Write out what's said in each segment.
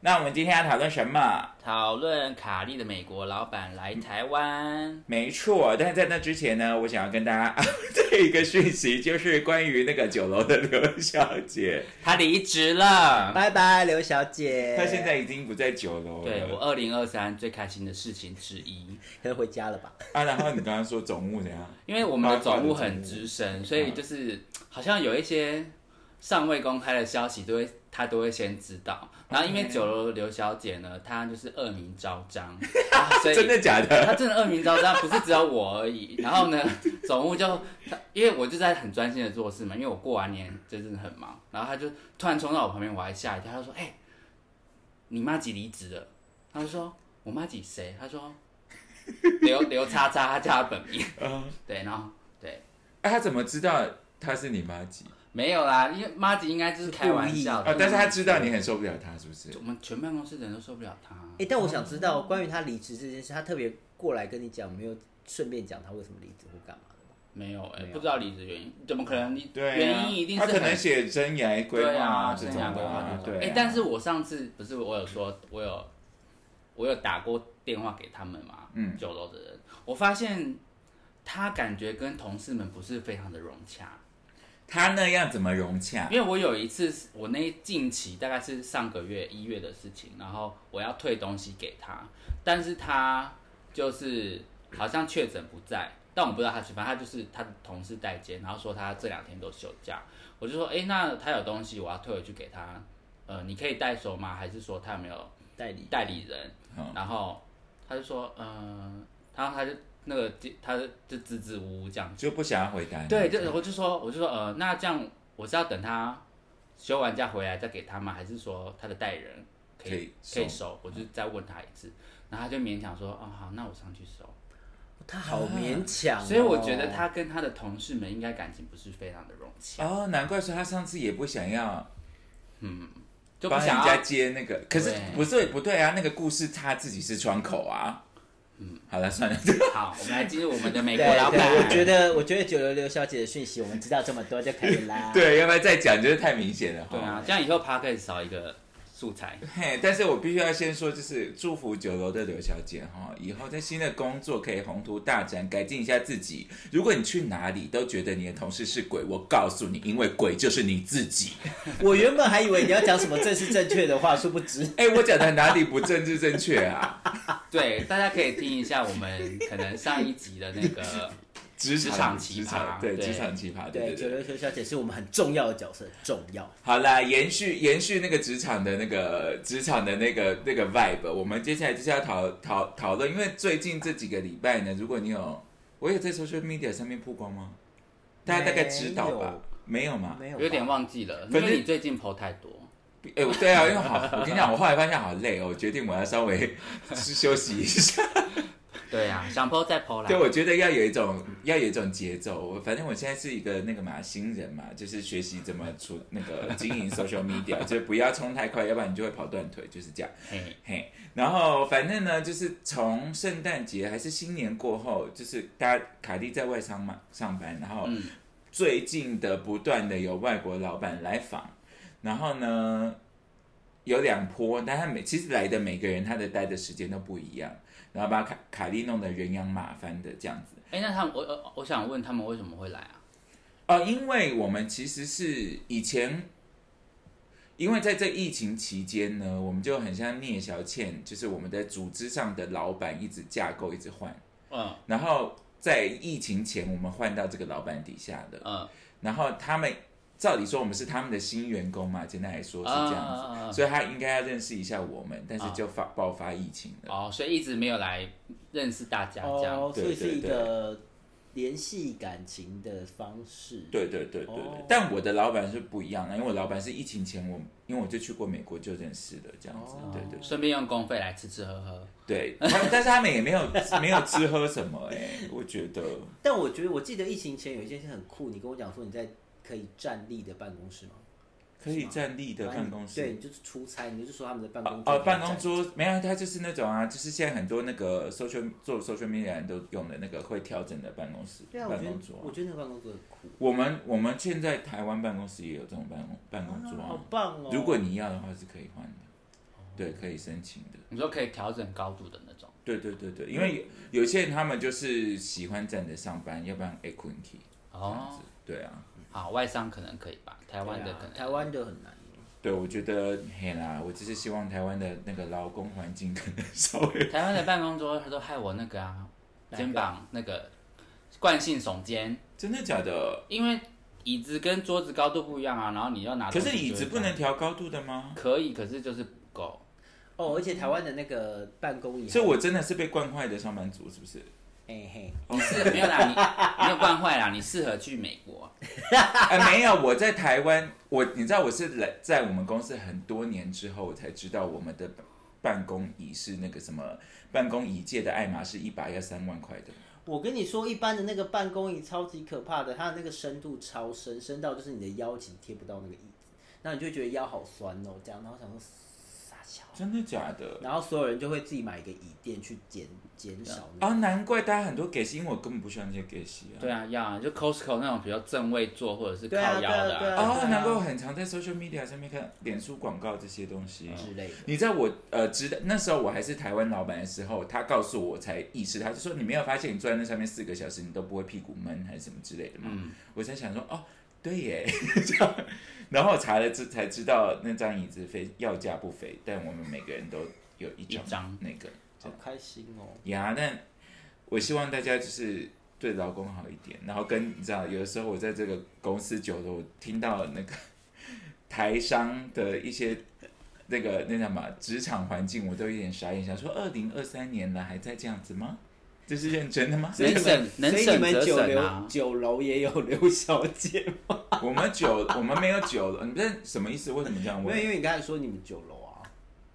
那我们今天要讨论什么？讨论卡利的美国老板来台湾。没错，但是在那之前呢，我想要跟大家这一个讯息，就是关于那个酒楼的刘小姐，他离职了。拜拜，刘小姐。她现在已经不在酒楼了。对我二零二三最开心的事情之一，可能回家了吧？啊，然后你刚刚说总务怎样？因为我们的总务很资深，所以就是好像有一些尚未公开的消息，都会他都会先知道。然后因为 OK 酒楼刘小姐呢，她就是恶名昭彰，啊所以真的假的？他真的恶名昭彰，不是只有我而已。 然后呢，总务就他，因为我就在很专心的做事嘛，因为我过完年就真的很忙。然后他就突然冲到我旁边，我还吓一跳，他就说：“哎、你妈几离职了？”他就说：“我妈几谁？”他说：“ 刘刘叉叉，他叫他本名。 嗯”对，然后对，啊，她怎么知道她是你妈级没有啦，因为妈吉应该就是开玩笑的啊？但是她知道你很受不了她，是不是？我们全办公室的人都受不了他。哎、但我想知道关于他离职这件事，他特别过来跟你讲，没有顺便讲他为什么离职或干嘛的吗？没有哎、没有不知道离职原因，怎么可能？你对啊、原因一定他是可很能写生涯规对划啊，这生种涯规的划啊这种。对啊。哎，但是我上次不是我有说，我有我有打过电话给他们嘛，嗯酒楼的人，我发现他感觉跟同事们不是非常的融洽，他那样怎么融洽？因为我有一次，我那近期大概是上个月一月的事情，然后我要退东西给他，但是他就是好像确诊不在，但我不知道他去，反正他就是他的同事代接，然后说他这两天都休假，我就说，诶，那他有东西我要退回去给他，呃，你可以代收吗？还是说他没有代理代理人？嗯然后他就说，嗯、然后他就那个他就支支吾吾这样就不想要回答你。对，就我就说，我就说，呃，那这样我是要等他休完假回来再给他吗？还是说他的代人可可以以可收以收？我就再问他一次，然后他就勉强说，哦，好，那我上去收。他好勉强、哦所以我觉得他跟他的同事们应该感情不是非常的融洽，哦，难怪说他上次也不想要就不帮人想家要。接那个，可是对不是不对啊，那个故事他自己是窗口啊。嗯，好了，算了，。，好，我们来进入我们的美对国老板。对，我觉得我觉得九六六小姐的讯息，我们知道这么多就可以 啦对，要不然再讲就是太明显了。对啊，，这样以后 p a r k 少一个素材。嘿，但是我必须要先说，就是祝福酒楼的刘小姐哈，以后在新的工作可以宏图大展，改进一下自己。如果你去哪里都觉得你的同事是鬼，我告诉你，因为鬼就是你自 己。我原本还以为你要讲什么正式正确的话，殊不知哎、我讲的哪里不政治正确啊？对，大家可以听一下我们可能上一集的那 个，职职场奇葩对，对职场奇葩，对对对九对。六六小姐是我们很重要的角色，重要。好啦，延续延续那个职场的那个职场的那个那个 vibe，我们接下来就是要讨讨讨论，因为最近这几个礼拜呢，如果你有，我有在 social media 上面曝光吗？大家大概知道吧？没有吗？没有吧，有点忘记了，因反正为你最近 PO 太多。哎、对啊，因为好，我跟你讲，我后来发现好累哦，我决定我要稍微 休息一下。 对啊，想 PO 再 PO 啦。对，我觉得要有一种要有一种节奏。我反正我现在是一个那个嘛新人嘛，就是学习怎么处那个经营 social media，就是 不要冲太快，要不然你就会跑断腿，就是这样。嘿嘿，然后反正呢，就是从圣诞节还是新年过后，就是大家凯蒂在外商嘛上班，然后嗯最近的不断的有外国老板来访，然后呢有两波，但他每其实来的每个人他的待的时间都不一样，然后把卡凯蒂弄得人仰马翻的这样子。哎、那他们，我呃我想问他们为什么会来啊？哦，因为我们其实是以前，因为在这疫情期间呢，我们就很像聂小倩，就是我们的组织上的老板一直架构一直换，嗯然后在疫情前我们换到这个老板底下哦的，嗯，然后他们照理说我们是他们的新员工嘛，简单来说是这样子，啊啊哦啊啊所以他应该要认识一下我们，但是啊就发爆哦发疫情了。哦，所以一直没有来认识大家这样。哦，所对以对是一个联系感情的方式。对对对对对，哦但我的老板是不一样的，因为我老板是疫情前我，因为我就去过美国就认识的这样子，哦对对顺便用公费来吃吃喝喝。对，他但是他们也没有没有吃喝什么哎、我觉得但我觉得我记得疫情前有一件事很酷，你跟我讲说你在可以站立的办公室吗？可以站立的办公对，室你。就是出差，你就说他们的办公哦桌哦，可以办公站桌没有，它就是那种啊，就是现在很多那个 social 做 social media 人都用的那个会调整的办公室对啊，我办觉得公桌啊、我觉得那个办公桌很酷，我们我们现在台湾办公室也有这种办公办公桌、啊啊好棒哦！如果你要的话是可以换的，对，可以申请的。你说可以调整高度的那种，对对对对，因为有有些人他们就是喜欢站着上班，要不然 a q u i n t y 这样哦子。，啊对啊，好，外商可能可以吧，台台湾的可能、啊台湾的很难，啊对，我觉得嘿啦，我只是希望台湾的那个劳工环境可能 稍微台湾的办公桌都害我那个啊，哪个肩膀那个惯性耸肩，真的假的？因为椅子跟桌子高度不一样啊，然后你要拿可东西就会是这样，椅子不能调高度的吗？可以，可是就是不够。哦，而且台湾的那个办公椅，所以我真的是被惯坏的上班族，是 不是？哎嘿，哦你适合没有啦，你没有惯坏啦，你适合去美国。哎，没有，我在台湾，我你知道我是来在我们公司很多年之后，我才知道我们的办公椅是那个什么办公椅界的爱马仕，一把要三万块的。我跟你说，一般的那个办公椅超级可怕的，它的那个深度超深，深到就是你的腰其实贴不到那个椅子，然后你就会觉得腰好酸哦，这样，然后想说傻笑，真的假的？然后所有人就会自己买一个椅垫去减减少那啊，个。难怪大家很多给息，因为我根本不喜欢这些给息啊。对啊，要啊，就 Costco 那种比较正位坐或者是靠嗯对啊腰的、对啊对啊哦，难怪我很常在 social media 上面看脸书广告这些东西。之类的，你在我呃，知道那时候我还是台湾老板的时候，他告诉我才意识，他就说你没有发现你坐在那上面四个小时，你都不会屁股闷还是什么之类的吗？嗯，我才想说哦，对耶， 这样然后我查了之才知道那张椅子非要价不菲，但我们每个人都有一张一张那个好开心哦！呀。但我希望大家就是对老公好一点，然后跟你知道，有的时候我在这个公司久了，我听到那个 台商的一些。那个那叫什么职场环境，我都有点傻眼，想说二零二三年了还在这样子吗？这是认真的吗？能省能所以你省们则九省楼啊。九楼也有刘小姐吗， 我们九，我们没有九了，你这什么意思？为什么这样没有，因问？为你刚才说你们九楼啊，哦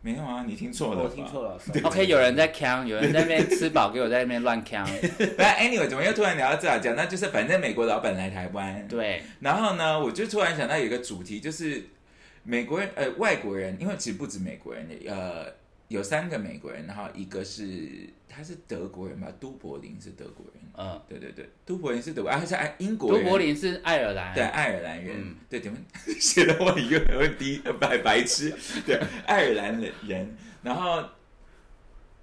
没有啊，你听错了，我听错了。了。 OK，有人在呛，有人在那边吃饱，给我在那边乱呛。但 anyway，怎么又突然聊到这啊？讲到就是，反正美国老板来台湾， 对，然后呢，我就突然想到有一个主题，就是美国人呃外国人，因为其实不止美国人，呃有三个美国人，然后一个是他是德国人吧，都柏林是德国人，嗯，对对对，都柏林是德国，啊、他是爱英国都人，柏林是爱尔兰，对，爱尔兰人，嗯对，你们 写的我一个问题，白白痴，对，爱尔兰人，然后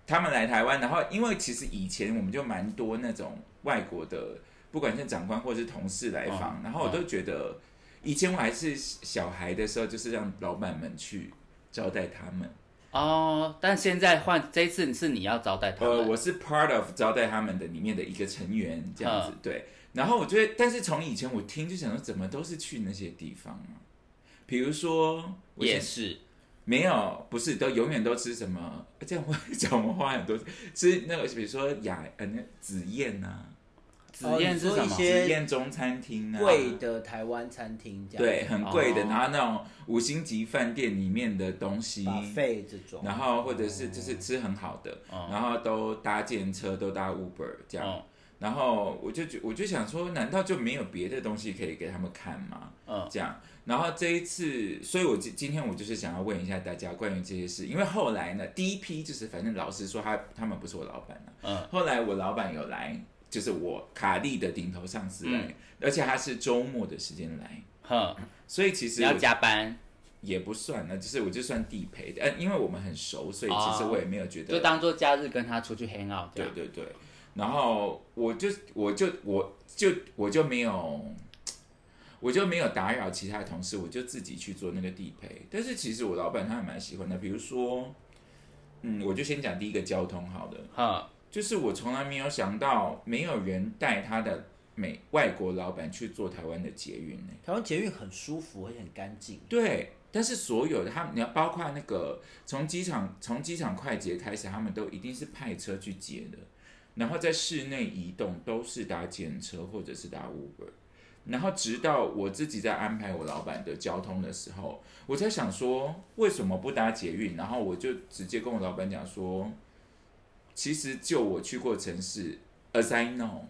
他们来台湾，然后因为其实以前我们就蛮多那种外国的，不管是长官或是同事来访，嗯然后我都觉得，以前我还是小孩的时候，就是让老板们去招待他们，哦，但现在换这一次是你要招待他呃，们，我是 part of 招待他们的里面的一个成员，这样子、对。然后我觉得，但是从以前我听就想说，怎么都是去那些地方啊？比如说，我夜也市没有，不是都永远都吃什么？这样会讲我们花很多吃那个，比如说雅呃那紫燕啊，紫燕是哦什你么说一？些紫燕中餐厅啊，贵的台湾餐厅这样，对，很贵的，哦然后那种五星级饭店里面的东西，把费这种，然后或者是就是吃很好的，哦然后都搭建车，都搭 Uber 这样。嗯然后我就觉我就想说，难道就没有别的东西可以给他们看吗？嗯，这样，然后这一次，所以我今今天我就是想要问一下大家关于这些事，因为后来呢，第一批就是反正老实说他他们不是我老板了、嗯后来我老板有来，就是我卡利的顶头上司来，嗯而且他是周末的时间来，哼，所以其实你要我加班，也不算呢，就是我就算地陪，呃，因为我们很熟，所以其实哦我也没有觉得、就当做假日跟他出去 hang out 这对样。对对，然后我就我就我就我就没有，我就没有打扰其他同事，我就自己去做那个地陪。但是其实我老板他还蛮喜欢的，比如说，嗯，我就先讲第一个交通好了，哼，就是我从来没有想到没有人带他的美外国老板去做台湾的捷运呢、台湾捷运很舒服，而且很干净。对。但是所有的他们，你要包括那个从机场从机场快捷开始，他们都一定是派车去接的。然后在室内移动都是搭检车或者是搭 Uber。然后直到我自己在安排我老板的交通的时候，我才想说为什么不搭捷运？然后我就直接跟我老板讲说，其实就我去过城市，as I know，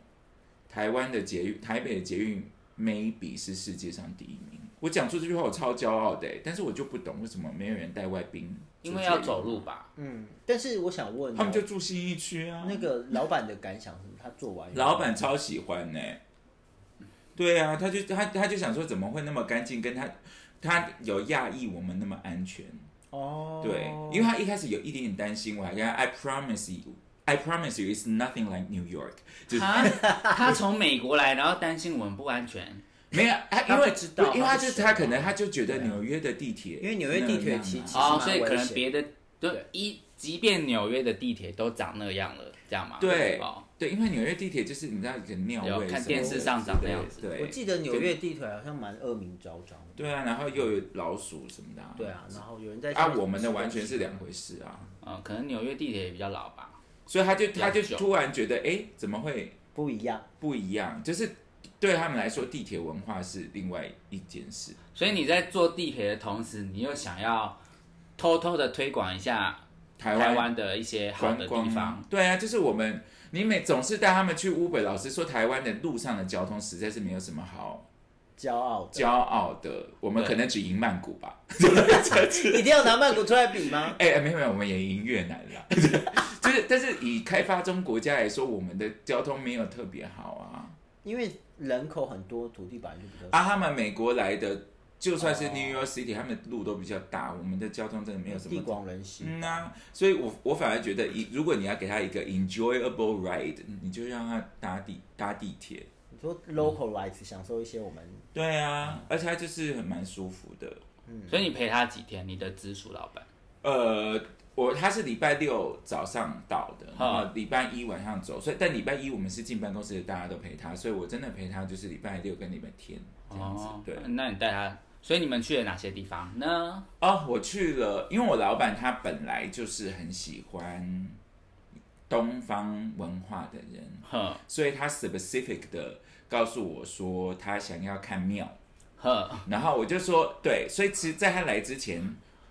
台湾的捷运，台北的捷运 maybe 是世界上第一名。我讲出这句话，我超骄傲的欸，但是我就不懂为什么没有人带外宾，因为要走路，吧。嗯，但是我想问哦，他们就住新义区啊。那个老板的感想是什么？他做完以后老板超喜欢呢、对啊，他就他他就想说怎么会那么干净，跟他他有讶异我们那么安全，哦，对，因为他一开始有一点点担心，我还跟他 I promise you。I promise you, it's nothing like New York。就是他啊 他从美国来，然后担心我们不安全。没 有，他因他为不知道因为他他不就是知他道啊可能他就觉得纽约的地铁，因为纽约地铁其那其实样啊哦，蛮所以可危能险别的就对一，即便纽约的地铁都长那样了，这样吗？对哦，对，因为纽约地铁就是你知道有啊点尿味什有么的，看电视上长那样子对我记得纽约地铁好像蛮恶名昭彰的。对啊，然后又有老鼠什么的、啊，对啊，然后有人在啊，下面我们的吃完东全西是两回事啊，嗯，可能纽约地铁也比较老吧。所以他就他就比较久突然觉得，哎，怎么会不一样。不一样？就是对他们来说，地铁文化是另外一件事。所以你在坐地铁的同时，你又想要偷偷的推广一下台台湾湾的一些好观的光地方。对啊，就是我们，你每总是带他们去乌北，老师说台湾的路上的交通实在是没有什么好骄傲的，骄傲的，我们对可能只赢曼谷吧。一定要拿曼谷出来比吗？哎、没有没有，我们也赢越南啦。 就是，但是以开发中国家来说，我们的交通没有特别好啊。因为人口很多，土地本来就比较少。啊，他们美国来的，就算是 New York City，、他们的路都比较大，我们的交通真的没有什地么。广人稀，嗯啊，所以我我反而觉得，一如果你要给他一个 enjoyable ride，你就让他搭地搭地铁。你说 localize 享受一些我们对啊，而且他就是很蛮舒服的。所以你陪他几天？你的直属老板呃，我他是礼拜六早上到的，然好后礼拜一晚上走，所以但礼拜一我们是进办公室，大家都陪他，所以我真的陪他就是礼拜六跟礼拜天这样子。哦，对，那你带他，所以你们去了哪些地方呢？哦，我去了，因为我老板他本来就是很喜欢东方文化的人， 呵所以他 specific 的告诉我说他想要看庙。呵，然后我就说，对，所以其实在他来之前，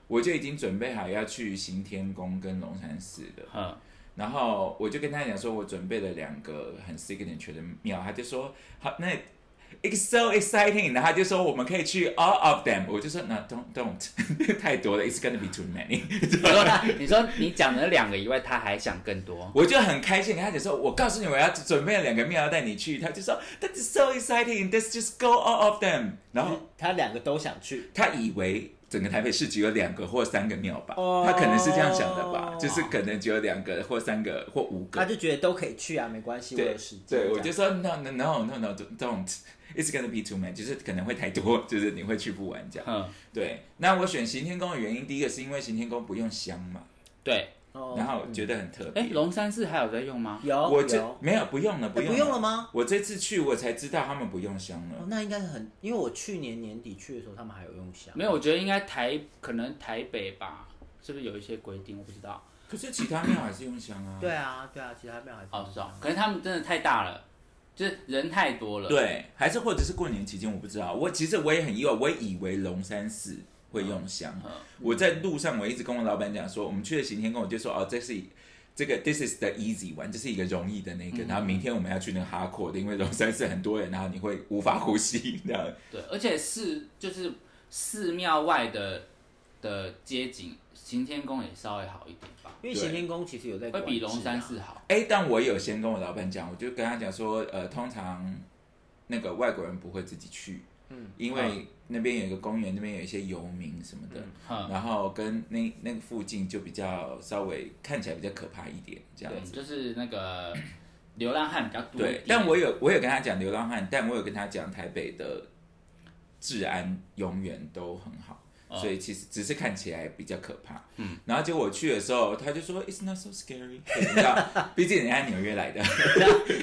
我就已经准备好要去行天宫跟龙山寺了。呵，然后我就跟他讲说，我准备了两个很 signature 的庙，他就说，好，那 it's so exciting，然后他就说我们可以去 all of them，我就说那 don't don't，太 多了，it's gonna be too many， 你说你说你讲了两个以外，他还想更多。我就很开心跟他讲说，我告诉你我要准备了两个庙要带你去，他就说 that's so exciting，let's just go all of them，然后。他两个都想去，他以为整个台北市只有两个或三个庙吧，哦他可能是这样想的吧哦，就是可能只有两个或三个或五他个。就觉得都可以去啊，没关系，我对有时间。对，我这就样说 no no no no no don't- don't。It's gonna be too many，就是可能会太多，就是你会去不完这样。哼，对，那我选行天宫的原因，第一个是因为行天宫不用香嘛，对，哦嗯然后觉得很特别。哎，龙山寺还有在用吗？有我这有，没有不用了，不哎用不用了吗？我这次去我才知道他们不用香了哦。那应该是很，因为我去年年底去的时候，他们还有用香，没有，我觉得应该台可能台北吧，是不是有一些规定？我不知道。可是其他庙还是用香啊。对啊，对啊，其他庙还哦，是少。哦，可能他们真的太大了，就是人太多了。，对，还是或者是过年期间，我不知道。我其实我也很意外，我以为龙山寺会用香。嗯我在路上，我一直跟我老板讲说，我们去了行天宫，我就说哦，这是一这个 this is the easy one，这是一个容易的那个。然后明天我们要去那个哈阔的，因为龙山寺很多人，然后你会无法呼吸这样。对，而且寺就是寺庙外的的街景，行天宫也稍微好一点吧，因为行天宫其实有在会比管龙制啊山寺好。哎，但我有先跟我老板讲，我就跟他讲说，呃，通常那个外国人不会自己去，嗯，因为那边有一个公园，那边有一些游民什么的，哼，然后跟那那个附近就比较稍微看起来比较可怕一点这样对，子。就是那个流浪汉比较多一对点。，但我有我有跟他讲流浪汉，但我有跟他讲台北的治安永远都很好。哦所以其实只是看起来比较可怕，嗯，然后结果我去的时候，他就说 "It's not so scary"，对 你知道，毕竟人家纽约来的，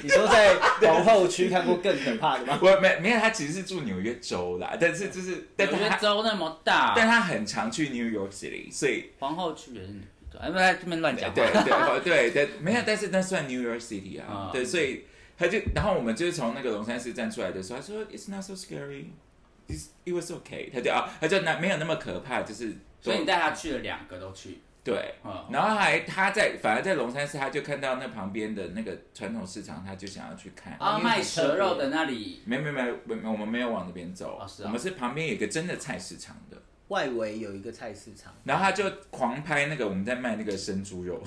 你说在皇后区看过更可怕的吗？我没没有，他其实是住纽约州啦，但是就是，但纽约他州那么大，啊但他很常去 New York City，所以皇后区也是对，哎因为他这边乱讲话对。 对哦对对，没有，但是那算 New York City 啊，嗯对，所以他就，然后我们就是从那个龙山寺站出来的时候，他说 It's not so scary, it's it was okay，他就啊，他就那没有那么可怕，就是所以你带他去了两个都去，对，嗯，然后还他在反而在龙山寺，他就看到那旁边的那个传统市场，他就想要去看。啊，卖蛇肉的那里，没没没没，没我们没有往那边走，哦是啊我们是旁边有一个真的菜市场的，外围有一个菜市场，然后他就狂拍那个我们在卖那个生猪肉，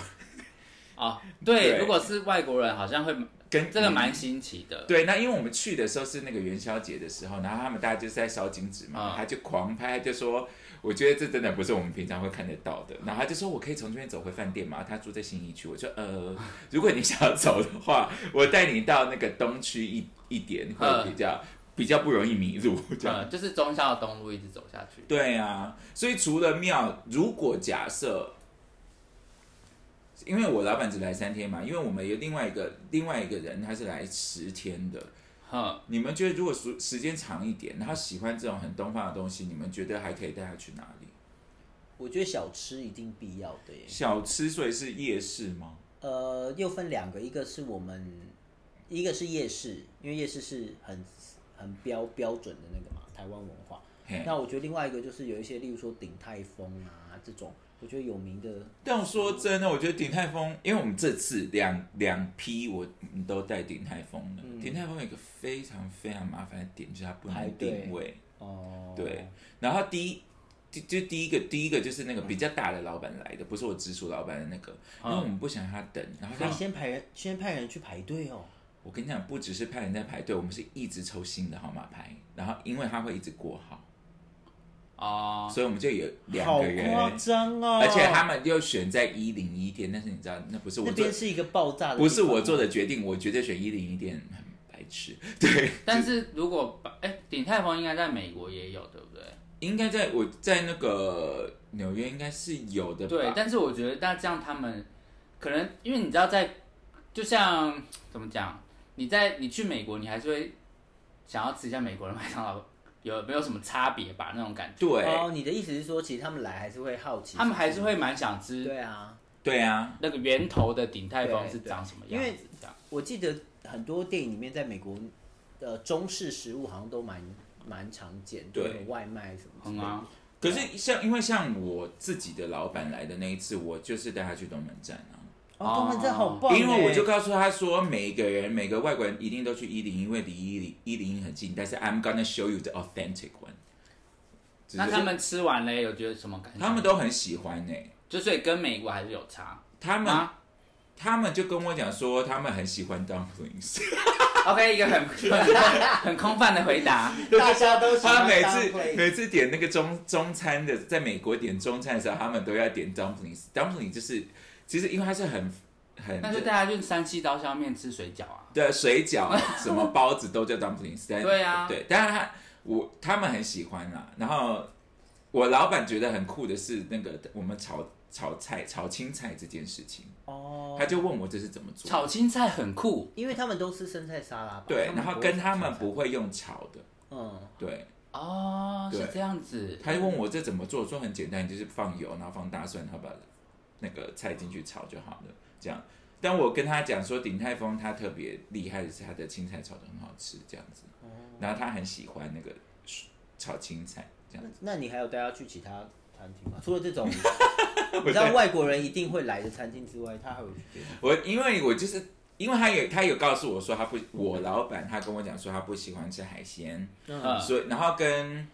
哦，对，对如果是外国人，好像会跟这个蛮新奇的。对，那因为我们去的时候是那个元宵节的时候，然后他们大家就是在烧金纸嘛，嗯他就狂拍，他就说，我觉得这真的不是我们平常会看得到的。然后他就说，我可以从这边走回饭店吗？他住在信义区，我说，呃，如果你想要走的话，我带你到那个东区一一点会比较、比较不容易迷路这样。呃，就是忠孝东路一直走下去。对啊，所以除了庙，如果假设，因为我老板只来三天嘛，因为我们有另外一个另外一个人他是来十天的。哼，你们觉得如果时时间长一点，然后喜欢这种很东方的东西，你们觉得还可以带他去哪里？我觉得小吃一定必要的耶。小吃，所以是夜市吗？呃，又分两个，一个是我们，一个是夜市，因为夜市是很很标标准的那个嘛，台湾文 化。嘿，那我觉得另外一个就是有一些，例如说鼎泰丰啊这种，我觉得有名的，但我说真的，我觉得鼎泰丰，因为我们这次两两批我们都带鼎泰丰了。嗯鼎泰丰有一个非常非常麻烦的点，就是它不排能队定位。哦、对，然后第一。就就第一个，第一个就是那个比较大的老板来的，不是我直属老板的那个，嗯因为我们不想让他等。然后可他以，先派人先派人去排队哦。我跟你讲，不只是派人在排队，我们是一直抽新的号码牌，然后因为他会一直过号，哦，所以我们就有两好个人，夸张哦！而且他们又选在一零一店，但是你知道那不是我那做边，是一个爆炸的，不是我做。的决定，我绝对选一零一店，很白痴。对，但是如果把哎，鼎泰丰应该在美国也有，对不对？应该在我在那个纽约应该是有的吧？对，但是我觉得那这样他们可能因为你知道在，就像怎么讲，你在你去美国，你还是会想要吃一下美国的麦当劳，有没有什么差别吧？那种感觉，对、啊哦，你的意思是说，其实他们来还是会好奇，他们还是会蛮想知对啊。对啊，那个源头的鼎泰丰对是对长什么因为样子这样。我记得很多电影里面，在美国，呃，中式食物好像都蛮蛮常见，对那种外卖什么之类嗯的。啊，可是像因为像我自己的老板来的那一次，我就是带他去东门站啊。哦，他们真好棒欸耶！因为我就告诉他说，每个人每个外国人一定都去一零，因为离一零一零很近。但是 I'm gonna show you the authentic one。那他们吃完嘞，有觉得什么感觉？他们都很喜欢呢、就所以跟美国还是有差。他们、啊他们就跟我讲说，他们很喜欢 dumplings。 ，OK，一个很很很空泛的回答。大家都喜 他欢每当次 play 每次点那个中中餐的，在美国点中餐的时候，他们都要点 dumplings。dumpling 就是其实因为它是很很那就带他去山西刀削面吃水饺啊。对，水饺、 什么包子都叫 dumplings 但。对啊对，但是他我他们很喜欢啦。然后我老板觉得很酷的是那个我们炒炒菜、炒青菜这件事情，哦，他就问我这是怎么做。炒青菜很酷因为他们都吃生菜沙拉吧，对，们然后不会跟吃他们生菜不会用炒的。嗯，对，哦，对是这样子。他就问我这怎么做，我说很简单，你就是放油，然后放大蒜，然后把那个菜进去炒就好了，这样。但我跟他讲说，鼎泰丰他特别厉害的是他的青菜炒的很好吃，这样子。然后他很喜欢那个炒青菜，这样那子。那你还有带他去其他餐厅吗？除了 这种你知道外国人一定会来的餐厅之外，他还有去 别的我因为我就是因为他有他有告诉我说他不，我老板他跟我讲说他不喜欢吃海鲜，嗯所以然后跟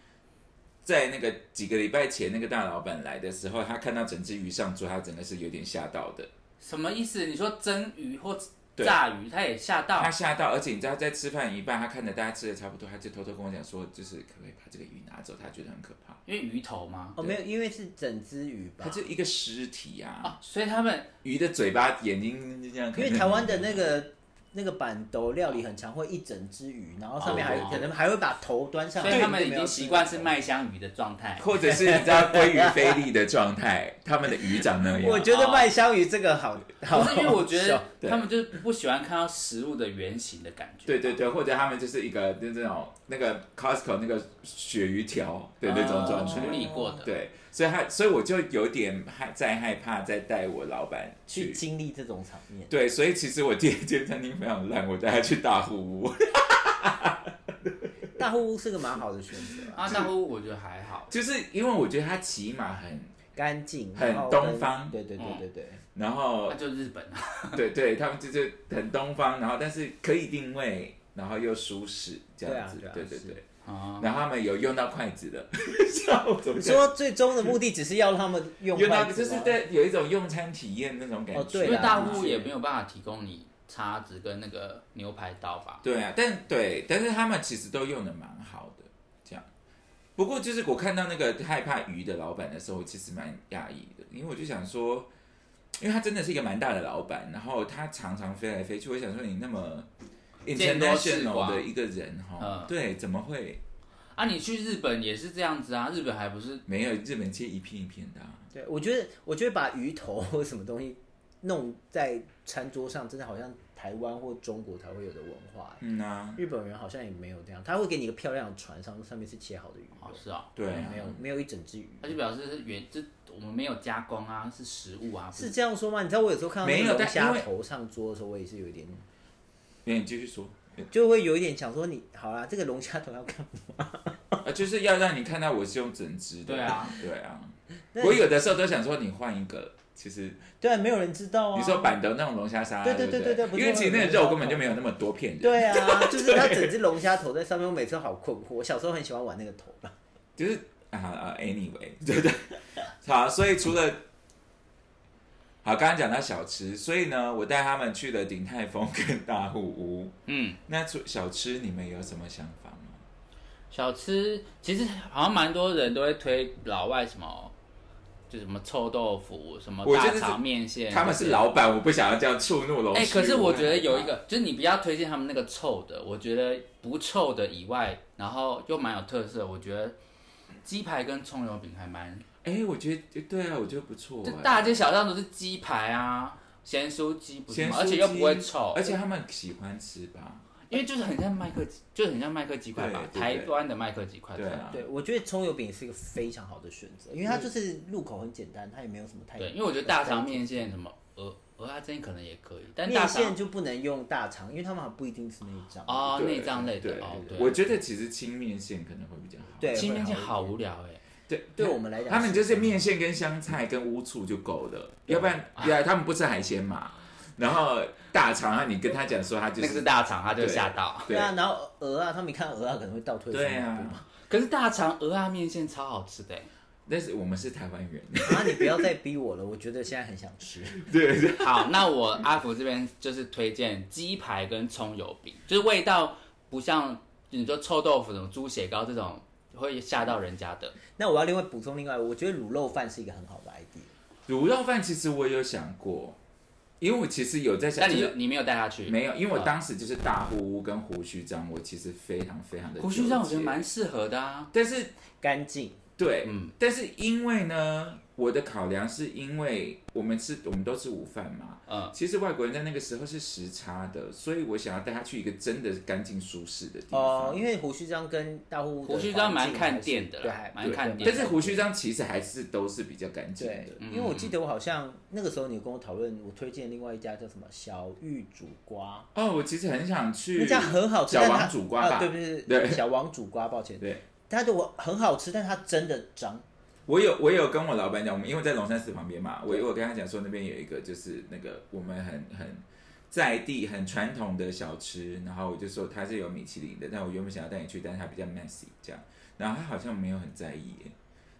在那个几个礼拜前那个大老板来的时候，他看到整只鱼上桌，他真的是有点吓到的。什么意思？你说蒸鱼或对炸鱼，他也吓到他。吓到，而且你知道，在吃饭一半，他看着大家吃的差不多，他就偷偷跟我讲说，就是可不可以把这个鱼拿走？他觉得很可怕，因为鱼头嘛，哦，没有，因为是整只鱼吧它。就一个尸体啊，所以他们鱼的嘴巴、眼睛就这样。 因为台湾的那，个那个板豆料理很常会一整只鱼，然后上面还、哦可能还会把头端上所来，以他就们已没有经吃习惯是那个麦香鱼的状态。或者是你知道鲑鱼菲力的状态，他们的鱼长那样。我觉得麦香鱼这个好，好不是因为我觉笑得他们就是不喜欢看到食物的原型的感觉。对对对，或者他们就是一个就这种那个 Costco 那个鳕鱼条的那种状态。处理过的。对，所以他，所以我就有点害在害怕再带我老板去去。经历这种场面。对，所以其实我第 一间餐厅非常烂，我带他去大户屋，大户屋是个蛮好的选择、啊，阿大屋我觉得还好，就是因为我觉得他起码很，干净，很然后跟东方对对对对对，嗯然后 那就日本啊，对对，他们就是很东方，然后但是可以定位，然后又舒适这样子，对啊对对啊对是对。啊然后他们有用到筷子的， 笑我怎么你讲说最终的目的只是要他们用用到就筷子是吗对有一种用餐体验那种感觉。哦对啊因啊为大屋是也没有办法提供你叉子跟那个牛排刀吧。对啊，但对，但是他们其实都用的蛮好的，这样。不过就是我看到那个害怕鱼的老板的时候，我其实蛮讶异的，因为我就想说，因为他真的是一个蛮大的老板，然后他常常飞来飞去，我想说你那么见多识 international 广的一个人哈，嗯对，怎么会啊，你去日本也是这样子啊，日本还不是没有日本街一片一片的、啊？对，我觉得我觉得把鱼头或什么东西弄在餐桌上，真的好像台湾或中国才会有的文化、欸嗯啊，日本人好像也没有这样，他会给你一个漂亮的船上，上面是切好的鱼肉哦，是哦，对啊没有没有一整只鱼，它就表示是原这我们没有加工啊，是食物啊，不是这样说吗？你知道我有时候看到没那有个龙但因虾为头上桌的时候，我也是有一点，那哎你继续说。就会有一点想说你好啦，这个龙虾头要干嘛？啊，就是要让你看到我是用整只的。对啊，对啊。那我有的时候都想说，你换一个，其实对啊，没有人知道啊。你说板凳那种龙虾沙拉，对对对不对对对因为不是其实那个肉根本就没有那么多片人，对啊，就是它整只龙虾头在上面，我每次都好困惑。我小时候很喜欢玩那个头吧，就是啊啊，anyway，对对，好，所以除了好，刚刚讲到小吃，所以呢，我带他们去了鼎泰丰跟大户屋。嗯，那除小吃，你们有什么想法吗？小吃其实好像蛮多人都会推老外什么，就什么臭豆腐、什么我觉大得肠是面线，他们是老板，我不想要这样触怒龙。哎、可是我觉得有一，个，就是你比较推荐他们那个臭的，我觉得不臭的以外，然后又蛮有特色，我觉得鸡排跟葱油饼还蛮，哎，我觉得对啊，我觉得不错就哎。大街小巷都是鸡排啊，咸酥鸡不是咸吗？酥而且又鸡不会臭，而且他们喜欢吃吧？因为就是很像麦克，就是很像麦克鸡块吧，对对台对湾的麦克鸡块。对啊，对我觉得葱油饼是一个非常好的选择，因为它就是入口很简单，它也没有什么太对，因为我觉得大肠面线什么鹅鹅阿珍可能也可以，但大面肠线就不能用大肠，因为他们好像不一定吃那一张。哦对内脏类的对哦，我对，觉得其实清面线可能会比较好。对，清面线会好一点无聊哎。对，对我们来讲他们就是是面线跟香菜跟乌醋就够了，要不然，对啊，他们不吃海鲜嘛。然后大肠啊，你跟他讲说他就那个是是大肠，他就对吓到。对啊，然后鹅啊，他们一看鹅啊可能会倒退对三步啊，可是大肠鹅啊面线超好吃的欸。但是我们是台湾人， 啊，你不要再逼我了，我觉得现在很想吃。对，好，那我阿福这边就是推荐鸡排跟葱油饼，就是味道不像你说臭豆腐、什么猪血糕这种会吓到人家的。那我要另外补充另外，我觉得卤肉饭是一个很好的 idea。卤肉饭其实我有想过，因为我其实有在想，但你就是你没有带啊他去，没有，因为我当时就是大呼屋跟胡须章，我其实非常非常的胡须章我觉纠得结蛮适合的啊。但是干净，对，嗯但是因为呢，我的考量是因为我们吃我们都吃午饭嘛，嗯，其实外国人在那个时候是时差的，所以我想要带他去一个真的干净舒适的地方。哦，因为胡须章跟大户屋的胡须章环蛮境看还是店的对，啦还，蛮看店但的。是胡须章其实还是都是比较干净对的，。因为我记得我好像那个时候你有跟我讨论，我推荐另外一家叫什么小玉煮瓜，哦，我其实很想去那家很好吃，小但它王煮瓜吧？啊对不对？对小王煮瓜，抱歉，对，它的我很好吃，但它真的脏。我有我有跟我老板讲，我们因为在龙山寺旁边嘛，我我跟他讲说那边有一个就是那个我们很很在地很传统的小吃，然后我就说它是有米其林的，但我原本想要带你去，但是它比较 messy 这样，然后他好像没有很在意耶，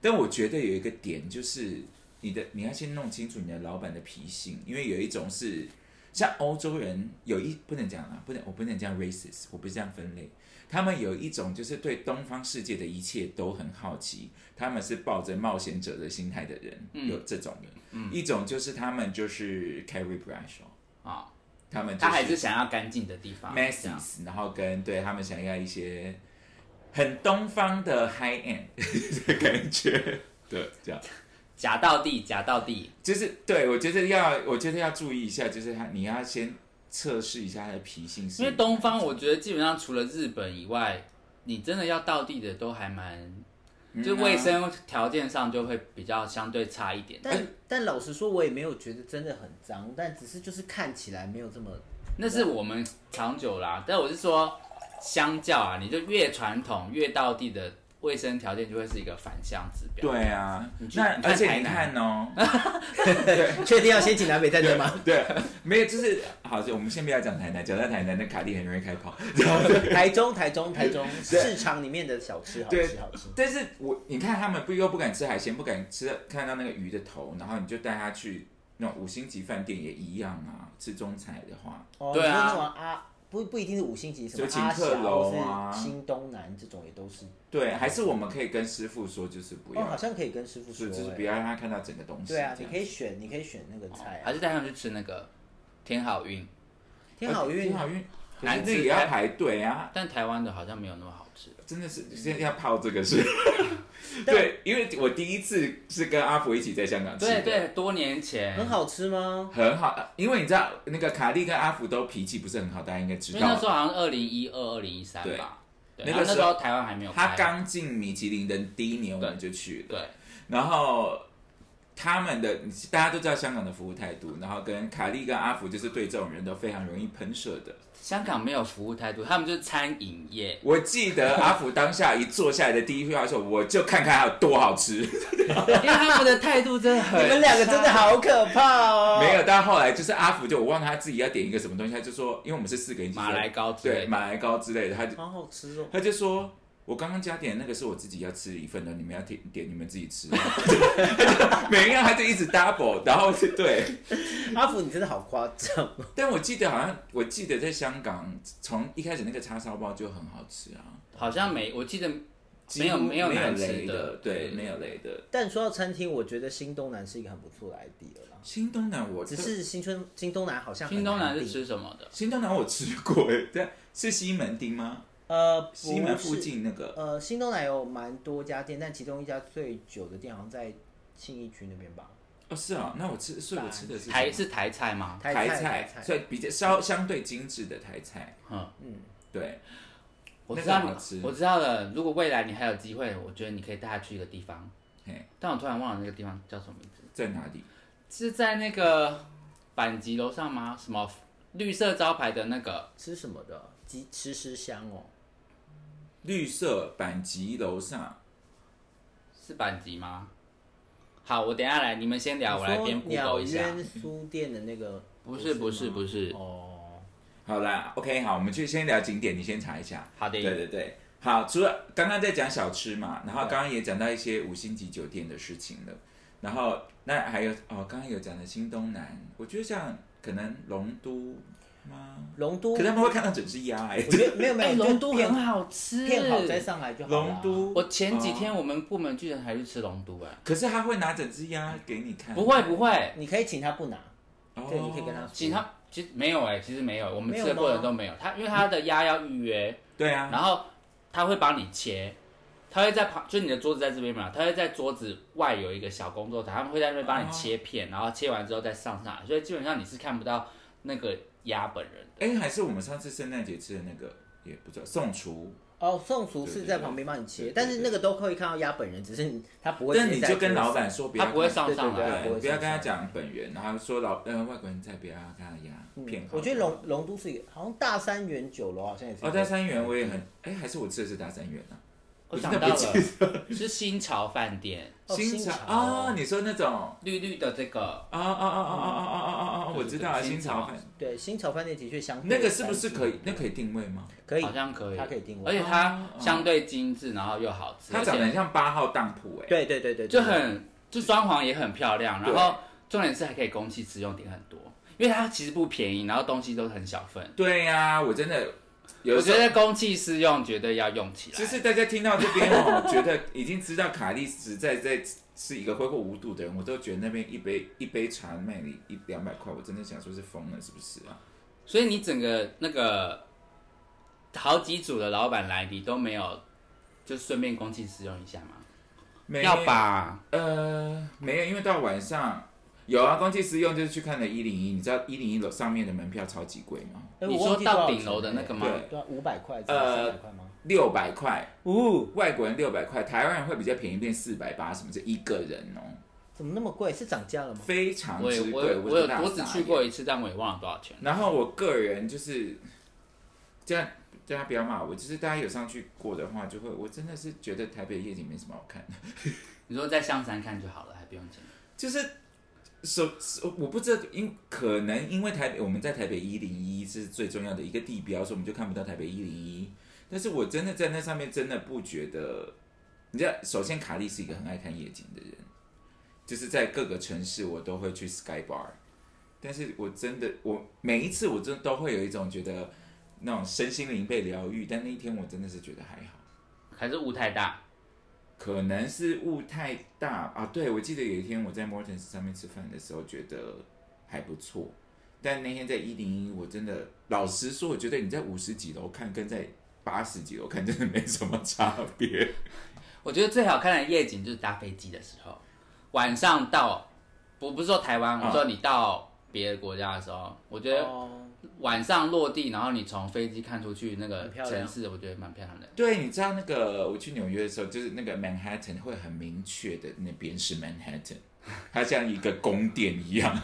但我觉得有一个点就是你的你要先弄清楚你的老板的脾性，因为有一种是像欧洲人有一不能讲啊，不能我不能这样 racist，我不是这样分类，他们有一种就是对东方世界的一切都很好奇，他们是抱着冒险者的心态嗯的人，有这种人。一种就是他们就是 Carrie Bradshaw，啊，他们、就是、他还是想要干净的地方。这样 Macy's，然后跟对他们想要一些很东方的 high end 的感觉，对，这样假到地，假到地，就是对我觉得要，我觉得要注意一下，就是他你要先测试一下他的脾性是，因为东方我觉得基本上除了日本以外，你真的要到地的都还蛮，嗯就啊卫生条件上就会比较相对差一点。 但但老实说，我也没有觉得真的很脏，但只是就是看起来没有这么 那是我们长久啦、但我是说，相较啊，你就越传统越到地的卫生条件就会是一个反向指标。对啊你，去那你看而且台你南看哦，确定要先请南北战争吗？ 对，没有，就是好，就我们先不要讲台南，讲到台南，那卡莉很容易开炮。台中，台中，台中市场里面的小吃好吃对好吃。但是我你看他们不又不敢吃海鲜，不敢吃看到那个鱼的头，然后你就带他去那种五星级饭店也一样啊，吃中菜的话，哦，对啊你说那种啊，不不一定是五星级，什么就请阿客霞楼或啊是新东南这种也都是。对，还是我们可以跟师傅说，就是不要，哦，好像可以跟师傅说是就是欸不要让他看到整个东西。对啊，这你样哦可以选，你可以选那个菜啊还。是带他们去吃那个天好运，天好运哎挺，好运，难难吃这也要排队啊，但台湾的好像没有那么好吃。真的是现在要泡这个是，嗯对，因为我第一次是跟阿福一起在香港吃的，对对，多年前哎很，好吃吗？很好，呃因为你知道那个卡莉跟阿福都脾气不是很好，大家应该知因为那道时。候好像二零一二、二零一三对吧。对，那个然后那时时候候台湾还没有他开。刚进米其林的第一年，我们就去了。对，然后他们的大家都知道香港的服务态度，然后跟卡莉跟阿福就是对这种人都非常容易喷射的。香港没有服务态度，他们就是餐饮业。我记得阿福当下一坐下来的第一句话说：“我就看看它有多好吃。”因为他们的态度真的很差，你们两个真的好可怕哦！没有，但后来就是阿福就我忘了他自己要点一个什么东西，他就说，因为我们是四个人一起说马来糕之类的对马来糕之类的，他就好好吃哦。他就说。我刚刚加点的那个是我自己要吃一份的，你们要点点你们自己 吃。 他就每一样他就一直 double，然后是对。阿福，你真的好夸张哦。但我记得好像我记得在香港，从一开始那个叉烧包就很好吃啊，好像没，我记得没几有乎没没有难雷吃的，对，没有。有雷的。但说到餐厅，我觉得新东南是一个很不错的 idea 啦。新东南我只是新春新东南好像很新东南是难定吃什么的？新东南我吃过，哎对，是西门町吗？呃不西门附是近那个呃，新东南有蛮多家店，但其中一家最久的店好像在信义区那边吧。哦，是啊，那我吃，所以我吃的是什么台是台菜吗？台台菜，台所以比较稍相对精致的台菜，嗯，对，我那知个道好你吃我知道了。如果未来你还有机会，我觉得你可以带他去一个地方嘿，但我突然忘了那个地方叫什么名字，在哪里？是在那个板级楼上吗？什么绿色招牌的那个？吃什么的？鸡吃吃香哦，绿色板级楼上，是板级吗？好，我等一下来，你们先啊聊，我来边你说鸟 Google 一下。渊酥店的那个 不是不是吗不是，哦，好啦，OK，好，我们去先聊景点，你先查一下。好的对对对，好，除了刚刚在讲小吃嘛，然后对刚刚也讲到一些五星级酒店的事情了，然后那还有哦，刚刚有讲的新东南，我觉得像可能龙都吗？龙都，可是他们会看到整只鸭哎、我觉得没有没哎有，龙就都骗很好吃，骗好再上来就好啊啦 龙都，我前几哦天我们部门居然还去吃龙都哎、可是他会拿整只鸭给你看，不会不会，你可以请他不拿，哦，对，你可以跟他说其实他其实没有哎、其实没有，我们没有吃的过程吗都没有。他因为他的鸭要预约，对啊，然后他会帮你切，他会在旁，就你的桌子在这边嘛，他会在桌子外有一个小工作台，他们会在那边帮你切哦片，然后切完之后再上上来，所以基本上你是看不到那个鸭本人的。哎、还是我们上次圣诞节吃的那个，也不知道宋厨，哦，宋厨是在旁边帮你对切，对对但是那个都可以看到鸭本人，只是你他不会直接但在你桌上。就跟老板说不要他看，不会上上对对对来，他不对，会不要上跟他讲本源，然后说老呃外国人再不要看他牙嗯骗好。我觉得龙龙都是一个，好像大三元酒楼好像也是一哦个。大三元我也很哎、还是我吃的是大三元啊，我真想的不到了记，是新潮饭店哦新新潮潮啊，你说那种啊绿绿的这个，啊啊啊啊啊啊啊啊，对我知道啊，嗯对新潮新饭潮对新潮饭店的确相对那个是不是干净可以？那可以定位吗？可以好，像可以，它可以定位而且它哦相对精致，然后又好吃，它而且长得很像八号当铺哎、对对对对，对就很就装潢也很漂亮，对然后重点是还可以供气使用点很多，因为它其实不便宜，然后东西都很小份。对呀、我真的有我时觉候。得公器私用绝对要用起来。就是大家听到这边哦，觉得已经知道卡莉实在在是一个挥霍无度的人，我都觉得那边一杯一杯茶卖你一两百块，我真的想说是疯了是不是啊？所以你整个那个好几组的老板来，你都没有就顺便公器私用一下吗？没要吧，呃，没有，因为到晚上有啊，公器私用就是去看了一零一，你知道一零一楼上面的门票超级贵吗？哎你我说忘记多到少顶钱楼的了那耶个吗？对对啊，五百块，呃三百块吗？六百块，哦，外国人六百块，台湾人会比较便宜，变四百八什么，这一个人哦，怎么那么贵？是涨价了吗？非常我也之我贵。也我有大我只傻去眼过一次，但我也忘了多少钱。然后我个人就是这样，大家不要骂我，就是大家有上去过的话，就会我真的是觉得台北夜景没什么好看的，你说在象山看就好了，还不用钱。就是首首我不知道，因可能因为台北我们在台北一零一是最重要的一个地标，所以我们就看不到台北一零一。但是我真的在那上面真的不觉得，你知道，首先卡莉是一个很爱看夜景的人，就是在各个城市我都会去 Sky Bar，但是我真的我每一次我真的都会有一种觉得那种身心灵被疗愈，但那一天我真的是觉得还好。还是雾太大，可能是雾太大啊。对，我记得有一天我在 Mortons 上面吃饭的时候，觉得还不错。但那天在一零一，我真的老实说，我觉得你在五十几楼看跟在八十几楼看真的没什么差别。我觉得最好看的夜景就是搭飞机的时候，晚上到，我不是说台湾，嗯我说你到别的国家的时候，我觉得啊哦，晚上落地，然后你从飞机看出去那个很漂亮城市，我觉得蛮漂亮的。对，你知道那个我去纽约的时候，就是那个 Manhattan 会很明确的，那边是 Manhattan，它像一个宫殿一样，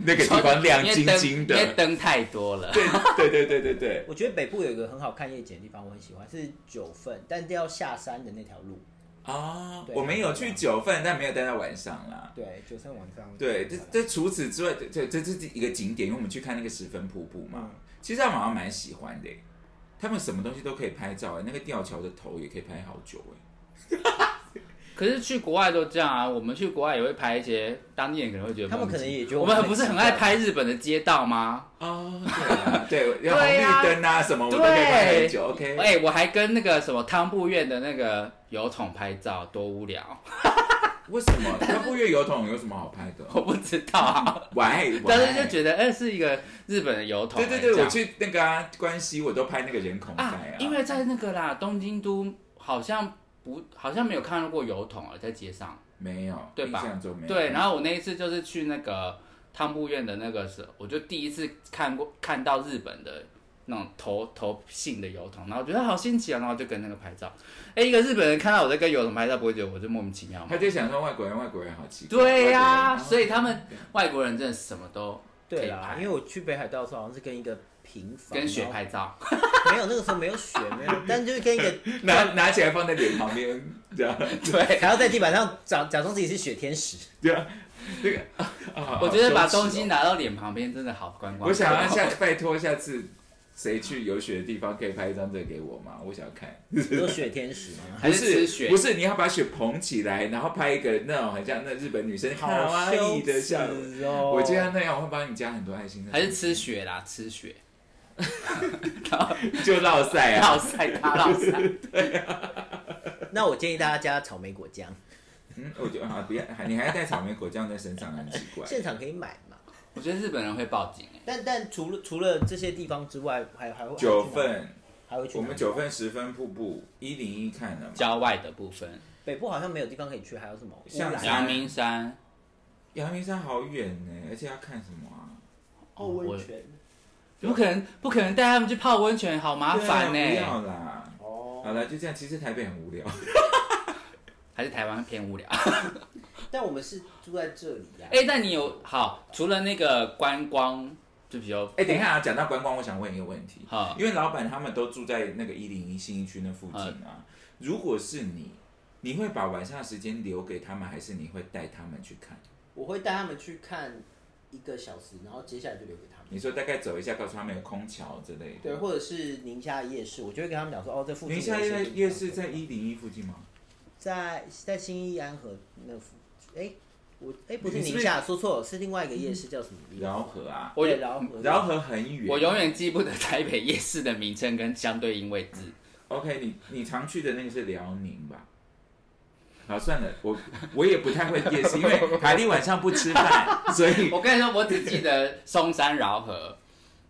那个地方亮因为晶灯晶因为的。灯太多了。对对对对对。我觉得北部有一个很好看夜景的地方，我很喜欢，是九份，但要下山的那条路。啊、对我们有去九份，但没有待到晚上啦。对，九份晚上。对，这这除此之外，这这这是一个景点，因为我们去看那个十分瀑布嘛。嗯其实他们好像蛮喜欢的耶，他们什么东西都可以拍照哎，那个吊桥的头也可以拍好久哎。可是去国外都这样啊，我们去国外也会拍一些当地人可能会觉得他们莫名可能也其觉得我我们们不是很很奇爱怪拍日本的街道吗？ 哦，对啊，对，要红对啊绿灯啊什么，我对，都可以拍很久。OK，哎、我还跟那个什么汤布院的那个油桶拍照，多无聊， 为什么它不越油桶有什么好拍 的？我不知道啊。喂，但是就得。觉得，哎、是一个日本的油桶、对对哎对，这样我去那个啊，关西我都拍那个人孔盖啊啊，因为在那个啦，东京都好像不，好像没有看到过油桶啊，在街上。没有，对吧印象中没有。对，然后我那一次就是去那个汤布院的那个时候，我就第一次看过看到日本的那种投投信的油桶，然后我觉得好新奇啊，然后就跟那个拍照。哎，一个日本人看到我在跟油桶拍照，不会觉得我就莫名其妙吗他？就想说外国人，外国人好奇怪。对呀、外国人所以他们外国人真的什么都可对以啦，拍因为，我去北海道的时候，好像是跟一个平房，跟雪然后拍照。没有，那个时候没有雪，没有， 但就是跟一个拿拿起来放在脸旁边，这样对，还要在地板上假假装自己是雪天使。这样，这个啊，我觉得把东好羞耻西哦拿到脸旁边真的好观光。我想要下拜托下次谁去有雪的地方可以拍一张这个给我吗？我想要看，你说雪天使 吗？还不是吃是雪不是你要把雪捧起来，然后拍一个那种很像那日本女生卡哇伊的笑好羞容。耻哦！我觉得那样我会帮你加很多爱心的。还是吃雪啦，吃雪，就落晒啊！老晒他老晒。 那我建议大家加草莓果酱，嗯，我觉得啊，不要，你还要带草莓果酱在身上，啊很奇怪。 现场可以买嘛。我觉得日本人会报警哎、但但除了除了这些地方之外，还还会九，份，还会去哪里还会去我哪里们九份十分瀑布一零一看了嘛？郊外的部分，北部好像没有地方可以去，还有什么？像乌啊来阳明山，阳明山好远呢，而且要看什么啊？哦温泉不可能不可能带他们去泡温泉，好麻烦欸呢、对啊不要啦。哦。好了，就这样。其实台北很无聊，还是台湾偏无聊。但我们是住在这里呀。 哎、但你有好除了那个观光，就比较哎、等一下啊，讲到观光，我想问一个问题，好因为老板他们都住在那个一零一新一区那附近嗯啊。如果是你，你会把晚上的时间留给他们，还是你会带他们去看？我会带他们去看一个小时，然后接下来就留给他们。你说大概走一下，告诉他们有空桥之类的。对，或者是宁夏夜市，我就会跟他们讲说，哦，这附宁近有一些夏夜地方夜市可以在一零一附近吗？在在新义安和那附，哎，我哎不是你是不宁是夏，说错了，是另外一个夜市叫什么地方？饶河啊，我对饶河，饶河很远。我永远记不得台北夜市的名称跟相对应位置。 OK，你你常去的那个是辽宁吧？好，算了，我我也不太会夜市，因为海丽晚上不吃饭，所以 我跟你说，我只记得松山饶河，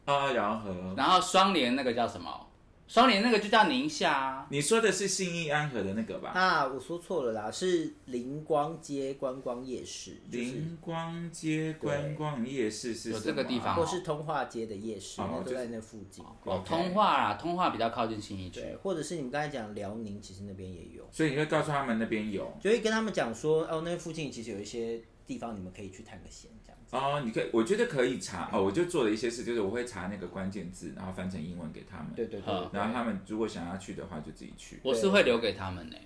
啊，饶河。然后双联那个叫什么？双联那个就叫宁夏啊。你说的是信义安和的那个吧？啊，我说错了啦，是灵光街观光夜市，就是灵光街观光夜市是有什这个么地啊方或是通化街的夜市，哦那都就是在那附近。哦， OK 通化啦，通化比较靠近信义区。对，或者是你们刚才讲辽宁，其实那边也有，所以你会告诉他们那边有就会跟他们讲说，哦，那附近其实有一些地方你们可以去探个险，这样子。哦，你可以，我觉得可以查哦。我就做了一些事，就是我会查那个关键字，然后翻成英文给他们。对对对好然后他们如果想要去的话，就自己去。我是会留给他们呢、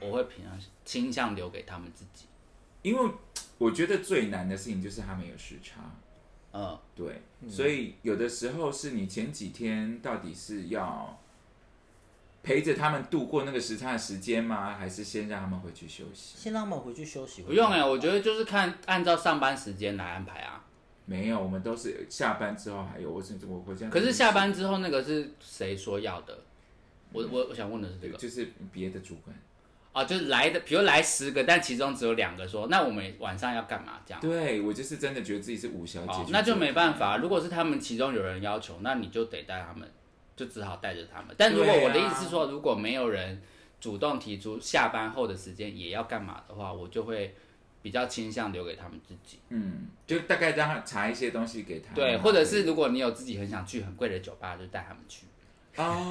我会平常倾向留给他们自己。因为我觉得最难的事情就是他们有时差，嗯，对，所以有的时候是你前几天到底是要陪着他们度过那个时差的时间吗？还是先让他们回去休息？先让他们回去休息。不用哎、哎、我觉得就是看按照上班时间来安排啊。没有，我们都是下班之后还有，我甚至我回家。可是下班之后那个是谁说要的？我我我想问的是这对个就是别的主管，啊，就是来的，比如来十个，但其中只有两个说，那我们晚上要干嘛这样？对我就是真的觉得自己是五小姐哦，，是那就没办法。如果是他们其中有人要求，那你就得带他们，就只好带着他们。但如果对啊我的意思是说，如果没有人主动提出下班后的时间也要干嘛的话，我就会比较倾向留给他们自己。嗯，就大概让他查一些东西给他，对，或者是如果你有自己很想去很贵的酒吧，就带他们去。 哦，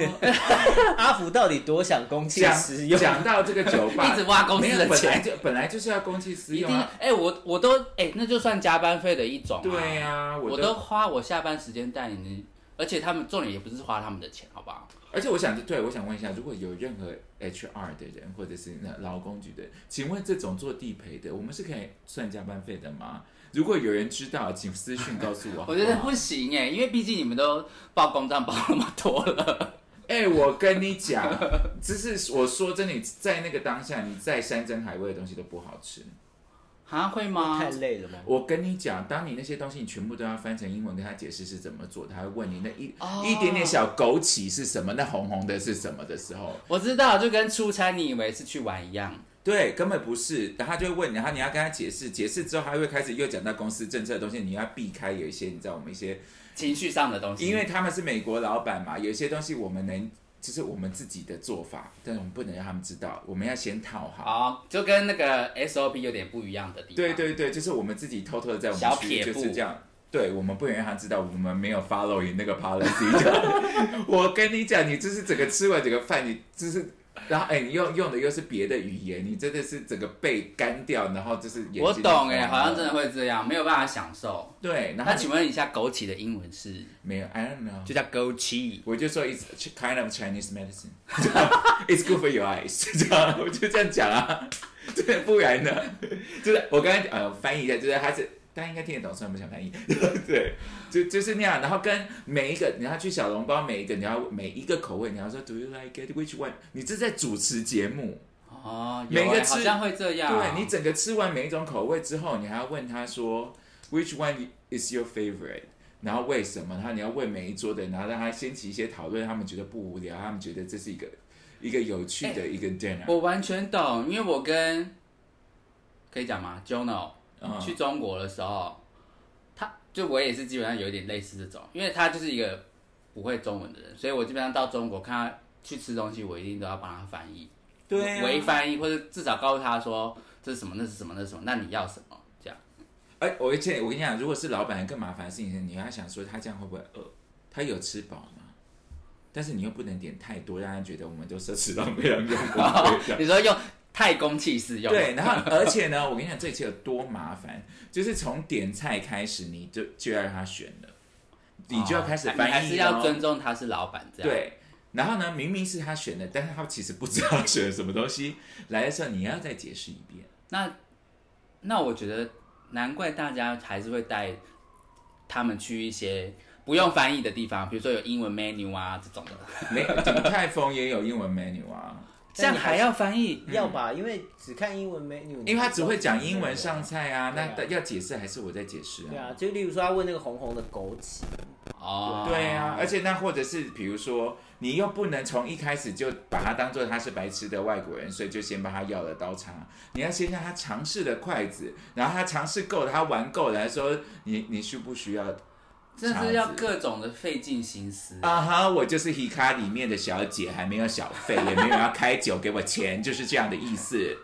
阿福到底多想公器讲私用？讲到这个酒吧， 一直挖公司的没有本来钱就本来就是要公器私一定用要啊。哎、我我都哎、那就算加班费的一种、对啊，呀、啊，我都，都花我下班时间带你，而且他们重点也不是花他们的钱，好不好？。而且我想，对，我想问一下，如果有任何 HR 的人或者是那劳工局的人，请问这种做地陪的，我们是可以算加班费的吗？如果有人知道，请私讯告诉我 我觉得好不好，不行哎、因为毕竟你们都报公账报那么多了。哎、我跟你讲， 就是我说真的，你在那个当下，你再山珍海味的东西都不好吃。啊，会吗太？累了吗？我跟你讲，当你那些东西你全部都要翻成英文跟他解释是怎么做，他会问你那一、哦一点点小枸杞是什么，那红红的是什么的时候，我知道，就跟出差你以为是去玩一样，对，根本不是。然后他就会问你，然后你要跟他解释，解释之后他会开始又讲到公司政策的东西，你要避开有一些，你知道我们一些，情绪上的东西。因为他们是美国老板嘛，有一些东西我们能。就是我们自己的做法，但是我们不能让他们知道，我们要先套好。好，就跟那个 SOP 有点不一样的地方。对，对对，就是我们自己偷偷的在我小们区撇就步是这样。对，我们不能让他知道我们没有 follow 你那个 policy 这样。我跟你讲，你就是整个吃完整个饭，你就是，然后哎，你用用的又是别的语言，你真的是整个被干掉，然后就是眼睛我懂哎、哎，好像真的会这样，没有办法享受。对。然后那请问一下，枸杞的英文是？没有，I don't know。就叫 go chi，我就说 it's kind of Chinese medicine，这 样 it's good for your eyes，这 样我就这样讲啊，这不然呢？就是我刚才呃翻译一下，就是他是大家应该听得懂，虽然不想翻译， 对，就就是那样。然后跟每一个你要去小笼包，每一个你要每一个口味，你要说 Do you like it? Which one？你这在主持节目，哦，有每个欸吃好像会这样。对你整个吃完每一种口味之后，你还要问他说 Which one is your favorite？然后为什么？然后你要问每一桌的人，然后让他掀起一些讨论，他们觉得不无聊，他们觉得这是一个一个有趣的一个 dinner。哎我完全懂，因为我跟可以讲吗？Jono、嗯去中国的时候，他就我也是基本上有一点类似这种，因为他就是一个不会中文的人，所以我基本上到中国看他去吃东西，我一定都要帮他翻译，对、微啊，翻译或者至少告诉他说这是什么，那是什么，那是什么，那你要什么 这样。而哎我而且我跟你讲，如果是老板更麻烦的事情是，你要想说他这样会不会饿？他有吃饱吗？但是你又不能点太多，让他觉得我们都奢侈浪费了，用不完这样你说用太公器私用，对，然后而且呢，我跟你讲，这一期有多麻烦，就是从点菜开始，你就就要让他选了，你就要开始哦翻译、哦、你还是要啊尊重他是老板这样。对。然后呢，明明是他选的，但是他其实不知道选了什么东西。来的时候你要再解释一遍。那那我觉得难怪大家还是会带他们去一些不用翻译的地方，比如说有英文 menu 啊这种的，没，鼎泰丰也有英文 menu 啊，这样还要翻译？要吧，因为只看英文 menu，因为他只会讲英文上菜啊，对啊那要解释还是我在解释对啊，就例如说他问那个红红的枸杞，哦，对啊，而且那或者是比如说，你又不能从一开始就把他当做他是白痴的外国人，所以就先帮他要了刀叉。你要先让他尝试了筷子，然后他尝试够了，他玩够了，他说你你需不需要真的叉是子要各种的费尽心思。啊哈！我就是 Hika 里面的小姐，还没有小费，也没有要开酒给我钱，就是这样的意思。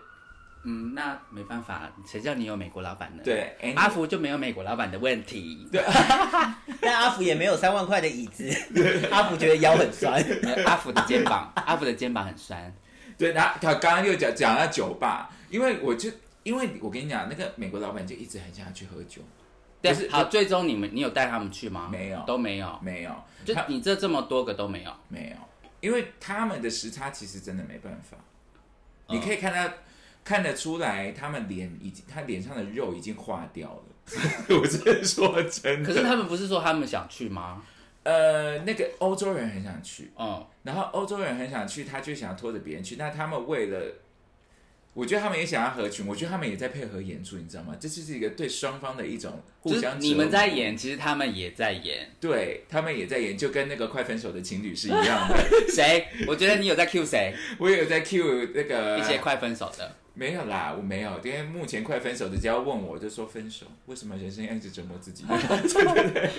嗯，那没办法，谁叫你有美国老板呢？对哎你阿福就没有美国老板的问题。 但阿福也没有三万块的椅 子，阿福觉得腰很酸。呃阿福的肩 膀，阿福的肩膀很酸。对，然后他刚刚又讲讲到酒吧，因为我就因为我跟你讲，那个美国老板就一直很想要去喝酒，对不是，好，最终你们你有带他们去吗？没有都没有。没有，就他你这这么多个都 没有，没有，因为他们的时差其实真的没办法，啊你可以看他看得出来，他们脸已经他脸上的肉已经化掉 了。我是说真的，可是他们不是说他们想去吗？呃，那个欧洲人很想去，嗯，然后欧洲人很想去，他就想拖着别人去。那他们为了，我觉得他们也想要合群，我觉得他们也在配合演出，你知道吗？这就是一个对双方的一种互就是相。你们在，演，其实他们也在演。 对他们也在演，就跟那个快分手的情侣是一样的。 谁？我觉得你有在 cue 谁？我也有在 cue 那个一些快分手的。没有啦，我没有，因为目前快分手的只要问我，我就说分手。为什么人生要一直折磨自己？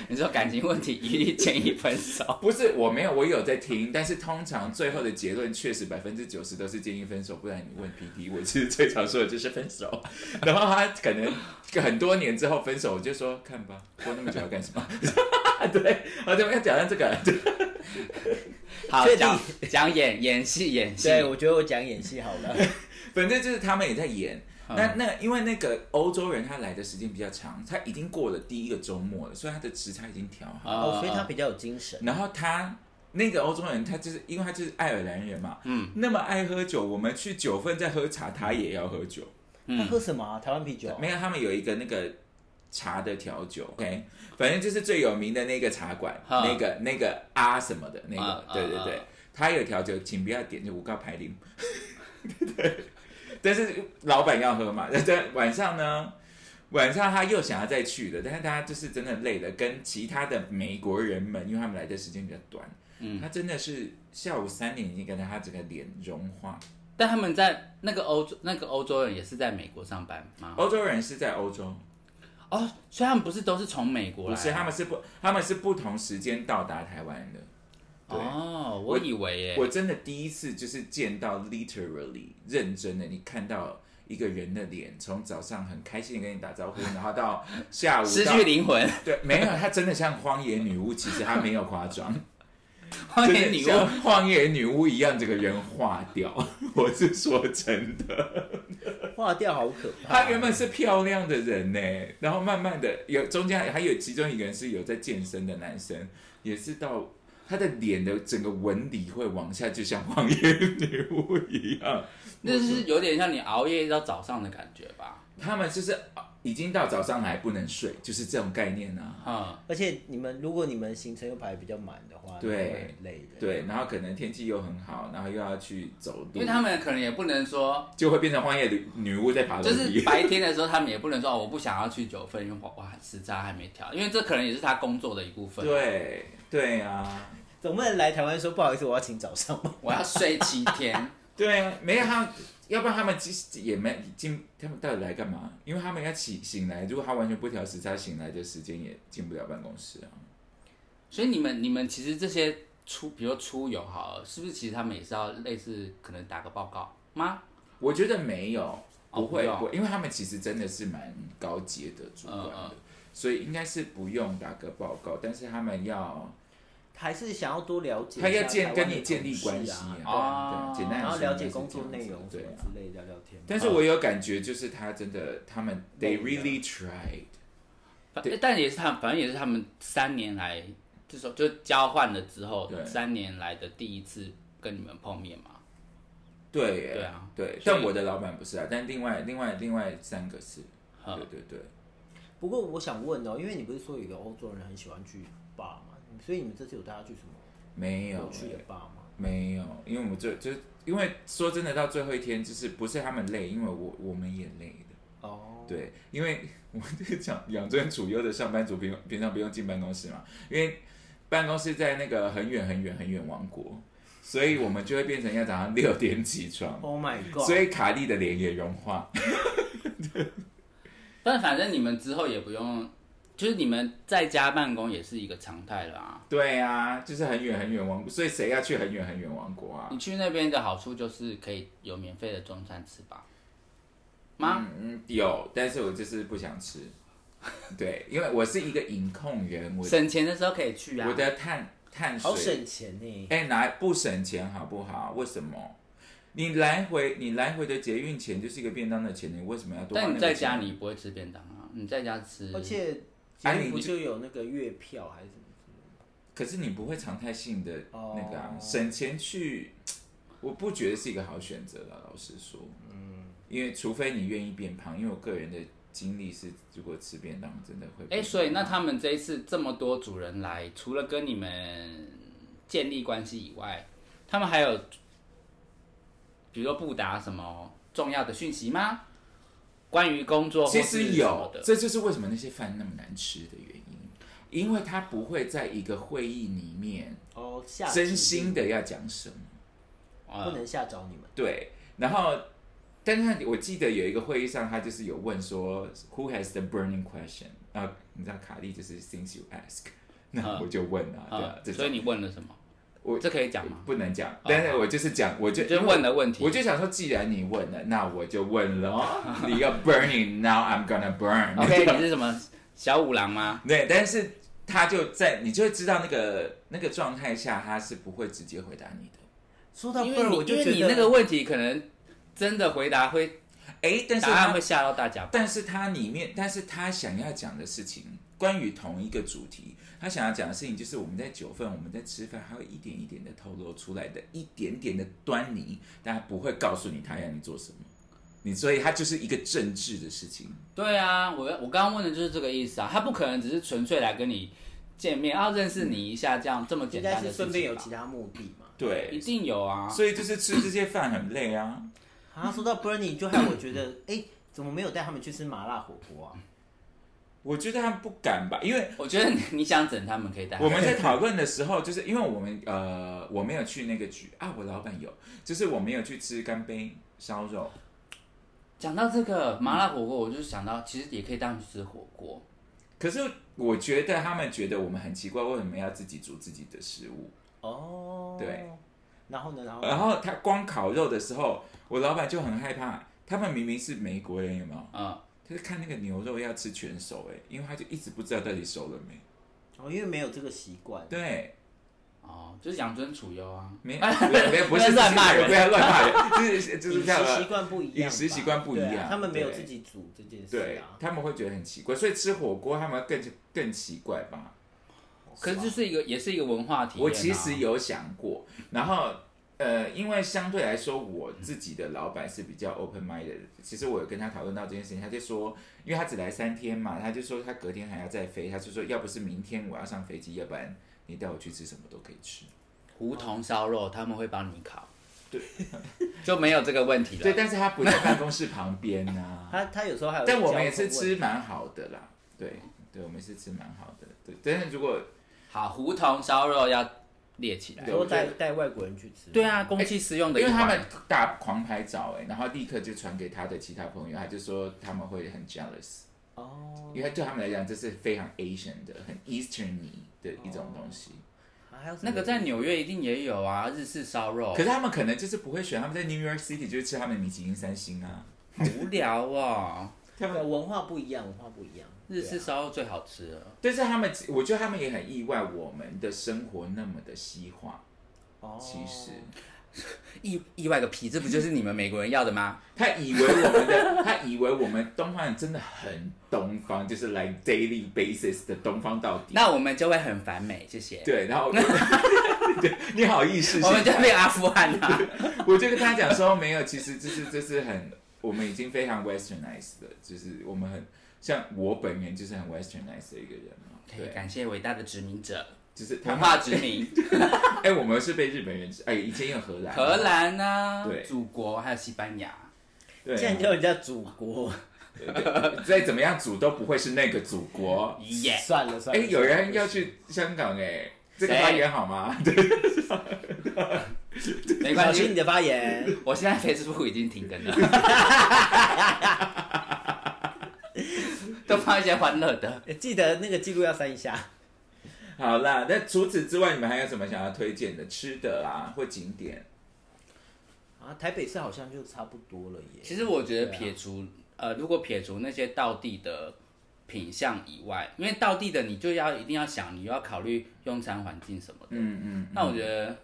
你说感情问题一律建议分手。不是我没有，我有在听，但是通常最后的结论确实百分之九十都是建议分手，不然你问 PD，我其实最常说的就是分手。然后他可能很多年之后分手，我就说看吧，过那么久要干什么？ 对，我怎么要讲到这个？对好确，定讲讲演演戏演戏。哦对，我觉得我讲演戏好 了。反正就是他们也在演。嗯那那因为那个欧洲人他来的时间比较长，他已经过了第一个周末了，所以他的时差已经调好。哦，所以他他比较有精神。然后他那个欧洲人，他就是因为他就是爱尔兰人嘛，嗯，那么爱喝酒，我们去酒份再喝茶，他也要喝酒。他嗯喝什么啊？台湾啤酒啊？没有，他们有一个那个茶的调酒，OK，反正就是最有名的那个茶馆，哈那个那个啊什么的那啊个，啊对对对啊，他有调酒，请不要点就五告牌零， 对，但是老板要喝嘛， 但晚上呢？晚上他又想要再去的，但是他就是真的累了，跟其他的美国人们，因为他们来的时间比较短，嗯他真的是下午三点已经感觉他整个脸融化。但他们在那个欧洲，那个欧洲人也是在美国上班吗？欧洲人是在欧洲，哦，所以他们不是都是从美国不来？是，他们是不，他们是不同时间到达台湾的。对哦，我以为耶，我真的第一次就是见到 literally 认真的，你看到一个人的脸，从早上很开心的跟你打招 呼，然后到下午失到去灵魂，对，没有，他真的像荒野女巫，其实他没有夸张， 荒野女真的巫。像荒野女巫一样，这个人化掉。 我是说真的，化掉好可怕。她原本是漂亮的人呢，然后慢慢的有中间还有其中一个人是有在健身的男生，也是到。他的脸的整个纹理会往下，就像荒野女巫一样。那就是有点像你熬夜到早上的感觉吧？他们就是呃已经到早上还不能睡，就是这种概念啊。嗯，而且你们如果你们行程又排得比较满的话，对你会很累的。对，然后可能天气又很好，然后又要去走因路为，他们可能也不能说，就会变成荒野女女巫在爬楼就是梯。白天的时候他们也不能说、哦、我不想要去九份，因为我哇时差还没调，因为这可能也是他工作的一部分。，对对啊，总不能来台湾说不好意思，我要请早上吧。我要睡七天，对啊，没有他们，要不然他们其实也没进，他们到底来干嘛？因为他们要起醒来，如果他完全不调时差，醒来的时间也进不了办公室啊。所以你们你们其实这些出，比如说出游好了，是不是其实他们也是要类似可能打个报告吗？我觉得没有，哦不会，不用不会因为他们其实真的是蛮高阶的主管的，嗯嗯所以应该是不用打个报告，但是他们要。还是想要多了解一下他台要湾的同事啊，建跟你建立关系啊，对啊，对啊哦简单来然后说了应该解是工这作样子内容什对么嗯啊。之类聊聊天。但是我有感觉，就是他真的，他们 they 累了 really tried，反对但也是他们，反正也是他们三年来，就说就交换了之后对，三年来的第一次跟你们碰面嘛。对耶对啊对。所以但我的老板不是啊，但另外另外另外三个是，嗯对对对。不过我想问哦，因为你不是说有个欧洲人很喜欢去坝嘛，所以你们这次有带他去什么没有有趣的耶坝吗？没有，因为我们就就因为说真的，到最后一天就是不是他们累，因为我我们也累的。哦，对，因为我就讲养尊处优的上班族平平常不用进办公室嘛，因为办公室在那个很远很远很远王国，所以我们就会变成要早上六点起床，哦，Oh my god！所以卡莉的脸也融化。但反正你们之后也不用就是你们在家办公也是一个常态了啊。 对啊，就是很远很远王国，所以谁要去很远很远王国啊？你去那边的好处就是可以有免费的中餐吃吧？吗？嗯，有，但是我就是不想 吃。对，因为我是一个饮控人，我省钱的时候可以去啊我。的碳碳好水，省钱呢。哎、拿不省钱好不好？为什么？你来回你来回的捷运钱就是一个便当的钱，你为什么要多花那但个钱？你在家你不会吃便当啊，你在家吃。而且哎捷运你不去就有那个月票还是什么？可是你不会常态性的哦那个啊，省钱去，我不觉得是一个好选择了。老实说，嗯，因为除非你愿意变胖，因为我个人的经历是，如果吃便当真的会变胖。哎、所以那他们这一次这么多主人来，除了跟你们建立关系以外，他们还有，比如说布达什么重要的讯息吗？关于工作或其是实什么有，的，这就是为什么那些饭那么难吃的原因，因为他不会在一个会议里面哦，下真心的的要讲什么。不呃，能吓着你们。对，然后，但是他我记得有一个会议上，他就是有问说，Who has the burning question？然后你知道卡莉就是 Things you ask，那我就问啊，对啊呃，这嗯所以种你问了什么？我这可以讲吗？不能讲，但是我就是讲，我就就问了问题我，就想说，既然你问了，那我就问了哦， 你要 burning，now I'm gonna burn。 OK，你是什么小五郎吗？对，但是他就在，你就会知道那个那个状态下，他是不会直接回答你的。说到因贝为尔，你我就因觉为得你那个问题可能真的回答会哎，但是答他案会吓到大家吧。但是他里面，但是他想要讲的事情，关于同一个主题，他想要讲的事情就是我们在酒份，我们在吃饭，他会一点一点的透露出来的一点点的端倪，但他不会告诉你他要你做什么。你所以他就是一个政治的事情，对啊，我我刚刚问的就是这个意思啊，他不可能只是纯粹来跟你见面，啊，认识你一下这样这么应简单该的是事情吧顺便有其他目的嘛。一对，定有啊，所以就是吃这些饭很累啊。啊，说到 Bernie，就害我觉得，哎、怎么没有带他们去吃麻辣火锅啊？我觉得他们不敢吧，因为我觉得你你想整他们可以 带，我们在讨论的时候，就是因为我们呃我没有去那个局啊，我老板有，就是我没有去吃干杯烧肉，讲到这个麻辣火锅，我就想到其实也可以带他们去吃火锅，可是我觉得他们觉得我们很奇怪，为什么要自己煮自己的食物？哦，对。然后呢？然后呢然后他光烤肉的时候，我老板就很害怕。他们明明是美国人，有没有？嗯，就是看那个牛肉要吃全熟、哎，因为他就一直不知道到底熟了没。哦，因为没有这个习惯。对，哦，就是养尊处优啊，没没没有不是乱骂人不要乱骂人，就是就是饮这样啊食习了。惯不一样吧，饮食习惯不一样对啊他们没有对自己煮这件事对啊。他们会觉得很奇怪，所以吃火锅他们更更奇怪吧？可是就是一个也是一个文化体验、啊，我其实有想过，然后呃，因为相对来说我自己的老板是比较 open mind 的，其实我有跟他讨论到这件事情，他就说，因为他只来三天嘛，他就说他隔天还要再飞，他就说要不是明天我要上飞机，要不然你带我去吃什么都可以吃。胡同烧肉，他们会帮你烤，对， 就没有这个问题对，了。但是他不在办公室旁边 呐、他他有时候还有，但我们也是吃，蛮好的啦，对对，我们是吃蛮好的，对，但是如果好，胡同烧肉要列起来对。说我觉得带带外国人去吃。对，啊，公器私用的一哎因为环，他们大狂拍照哎、然后立刻就传给他的其他朋友，他就说他们会很 jealous。哦，因为对他们来讲，这是非常 Asian 的、很 Easterny 的一种东西。啊还有什么那个在纽约一定也有啊，日式烧肉可，是他们可能就是不会选，他们在 New York City 就是吃他们米其林三星啊。好无聊哦。他对啊们，文化不一样，文化不一样。日对啊式烧肉最好吃了，但是他们，我觉得他们也很意外，我们的生活那么的西化。哦，其实意意外个屁，这不就是你们美国人要的吗？他以为我们的， 他以为我们东方人真的很东方，就是 like daily basis 的东方到底。那我们就会很反美，谢谢。对，然后我就 对你好意思，我现们在就变阿富汗啦、 我就跟他讲说，没有，其实就是这是很，我们已经非常 westernized 了，就是我们很像我本人就是很 westernized 的一个人嘛， 对，对，感谢伟大的殖民者，就是他文们，化殖民，哎，我们是被日本人殖，哎，以前有荷兰，荷，兰啊对，祖国还有西班牙，对既然啊，叫人家祖国，再怎么样组都不会是那个祖 国，耶、算了算哎，了。有人要去香港，哎，这个谁发言好吗？对，没小关心你系，的发言。我现 在 Facebook 已经停更了。多放一些欢乐的。欸记得那个记录要删一下。 好啦，那除此之外，你们还有什么想要推荐的吃的啊，或景点？啊，台北市好像就差不多了耶。其实我觉得对啊撇除、呃，如果撇除那些道地的品相以外，因为道地的你就要一定要想，你又要考虑用餐环境什么的。嗯嗯，那我觉得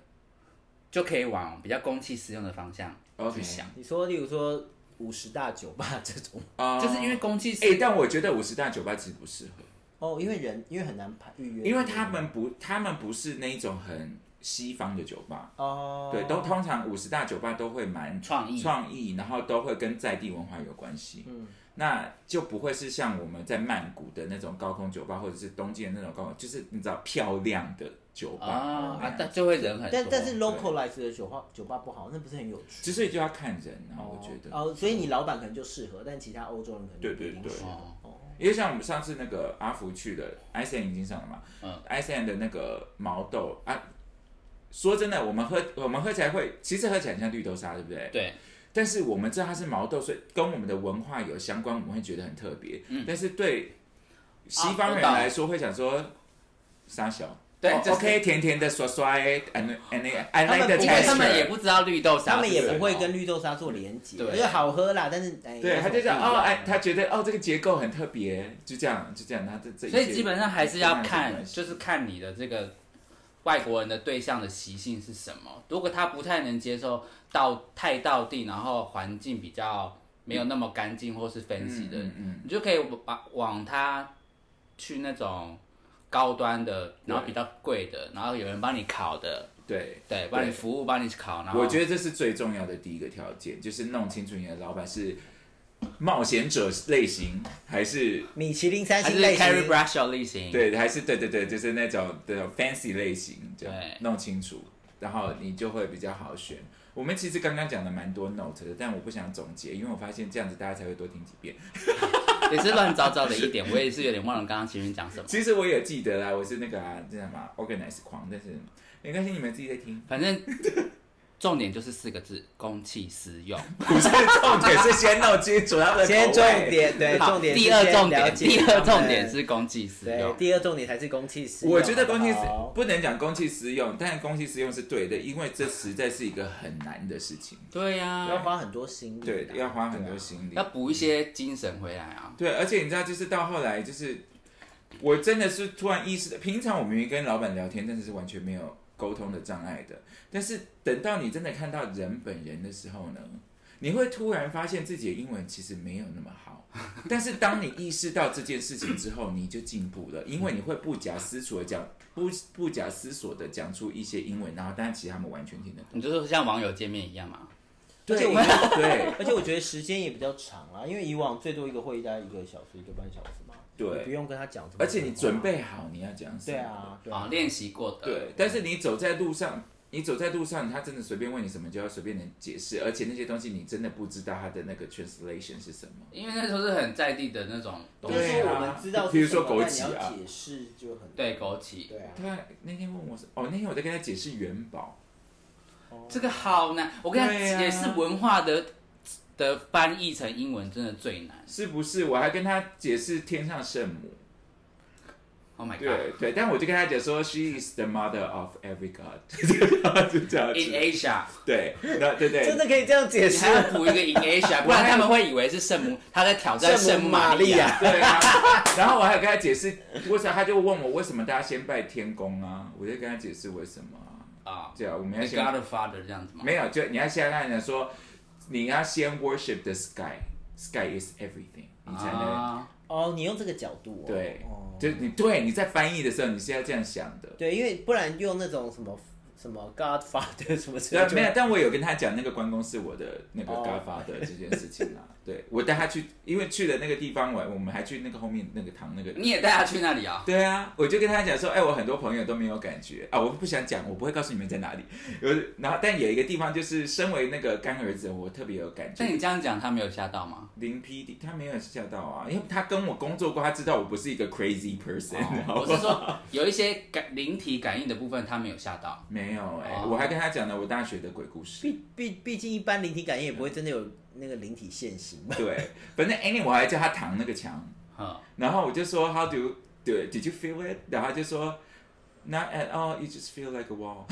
就可以往比较公器私用的方向 OK 去想你说，例如说五十大酒吧这种，啊就是因为公器私哎、但我觉得五十大酒吧其实不适合，哦，因为人因为很难排预约，因为他们不，他们不是那一种很西方的酒吧，哦，对，都通常五十大酒吧都会蛮创意，创意，然后都会跟在地文化有关系。嗯，那就不会是像我们在曼谷的那种高空酒吧，或者是东京的那种高空，就是你知道漂亮的酒吧啊那啊样，但就会人很多。但但是 localize 的酒吧酒吧不好，那不是很有趣。之所以就要看人啊，我觉得，哦，所以你老板可能就适合，但其他欧洲人可能就对不一对定对适合哦因为像我们上次那个阿福去的，Iceland 已经上了嘛，嗯，Iceland 的那个毛豆啊，说真的，我们喝我们喝起来会，其实喝起来很像绿豆沙，对不对？对，但是我们知道它是毛豆，所以跟我们的文化有相关，我们会觉得很特别。嗯但是对西方人来说，会想说傻小，啊对哦就是 OK，甜甜的刷刷哎，and and I 他 like the 因为们不会 texture。他们也不知道绿豆沙，他们也不会跟绿豆沙做连接，对就是好喝啦，但是哎，对，他就讲讲哦，哎，他觉得哦，这个结构很特别，就这样，就这样，他这这一切所以基本上还是要跟他有看，关系就是看你的这个外国人的对象的习性是什么。如果他不太能接受到太到地，然后环境比较没有那么干净或是分析的，嗯嗯你就可以往往他去那种高端的，然后比较贵的，然后有人帮你烤的，嗯对。对，帮你服务，帮你烤。然后我觉得这是最重要的第一个条件，就是弄清楚你的老板是冒险者类型还是米其林三还星是类 Carrie 型， Bradshaw 类型，对，还是对对对，就是那种那种 fancy 类型，这样对弄清楚，然后你就会比较好选。我们其实刚刚讲的蛮多 note 的，但我不想总结，因为我发现这样子大家才会多听几遍。嗯也是乱糟 糟的一点。我也是有点忘了刚刚前面讲什么。其实我也记得啦，我是那个啊，这样嘛 organize 狂，但是没关系，你们自己在听。反正重点就是四个字：公器私用。不是重点，是先弄清楚他们的口先味重。哎点， 对，好重点是第二先重了点，解第他二们重点是公器私对用，。第二重点才是公器私用。我觉得公器私好不好不能讲公器私用，但公器私用是对的，因为这实在是一个很难的事情，对呀、要花很多心力的，对，要花很多对啊心力要。补一些精神回来啊。对，而且你知道，就是到后来，就是我真的是突然意识到，平常我明明跟老板聊天，但是是完全没有沟通的障碍的。但是等到你真的看到人本人的时候呢，你会突然发现自己的英文其实没有那么 好。但是当你意识到这件事情之后，你就进步了，因为你会不假思索的讲不不假思索的讲出一些英文，然后但其实他们完全听得懂。你就说像网友见面一样嘛，而对且我 对而且我觉得时间也比较长啦，因为以往最多一个会议大概一个小时、一个半小时嘛，你不对，用跟他讲这么多话。而且你准备好你要讲什对么。啊，对啊啊，，练习过的。对，但是你走在路上，你走在路上，他真的随便问你什么，就要随便能解释，而且那些东西你真的不知道它的那个 translation 是什么。因为那时候是很在地的那种东就西是对说啊我们知道是什么，比如说枸但杞啊你要解释就很对枸杞，对啊，他那天问我是，哦，那天我在跟他解释元宝，这个好难。我跟你对啊讲，解释文化的的翻译成英文真的最难。是不是？我还跟他解释天上圣母， Oh my god！对对，但我就跟他讲说，She is the mother of every god，就这样 In 子， Asia，对，那对对，真的可以这样解你释还。要补一个 In Asia，不然他们会以为是圣母，他在挑战圣圣母母玛玛利利亚亚。对啊，然后我还有跟他解释，为啥他就问我为什么大家先拜天公啊？我就跟他解释为什么啊，啊这样我们要，The 先 Godfather 这样子吗？没有，就你要先让人说，你要先 worship the sky。Sky is everything，你才能、啊，哦，你用这个角度哦，对，哦就你对你在翻译的时候，你是要这样想的。对，因为不然用那种什么什么 Godfather 什么之对，类啊的，没有，但我有跟他讲那个关公是我的那个哦 godfather 这件事情啦。对，我带他去，因为去了那个地方，我我们还去那个后面那个堂那个。嗯你也带他去那里啊？对啊，我就跟他讲说，哎、我很多朋友都没有感觉啊，我不想讲，我不会告诉你们在哪里。有，然后但有一个地方就是，身为那个干儿子，我特别有感觉但。你这样讲，他没有吓到吗？林 PD 他没有吓到啊，因为他跟我工作过，他知道我不是一个 crazy person，、好不好我哦是说有一些感灵体感应的部分，他没有吓 到。没有哎、哦我还跟他讲了我大学的鬼故事。毕毕毕竟一 般灵体感应也不会真的有那个灵体现形吧。对，反正 anyway 我还叫他扛那个墙，嗯，然后我就说 How do you do it? Did you feel it？然后他就说 Not at all. You just feel like a wall.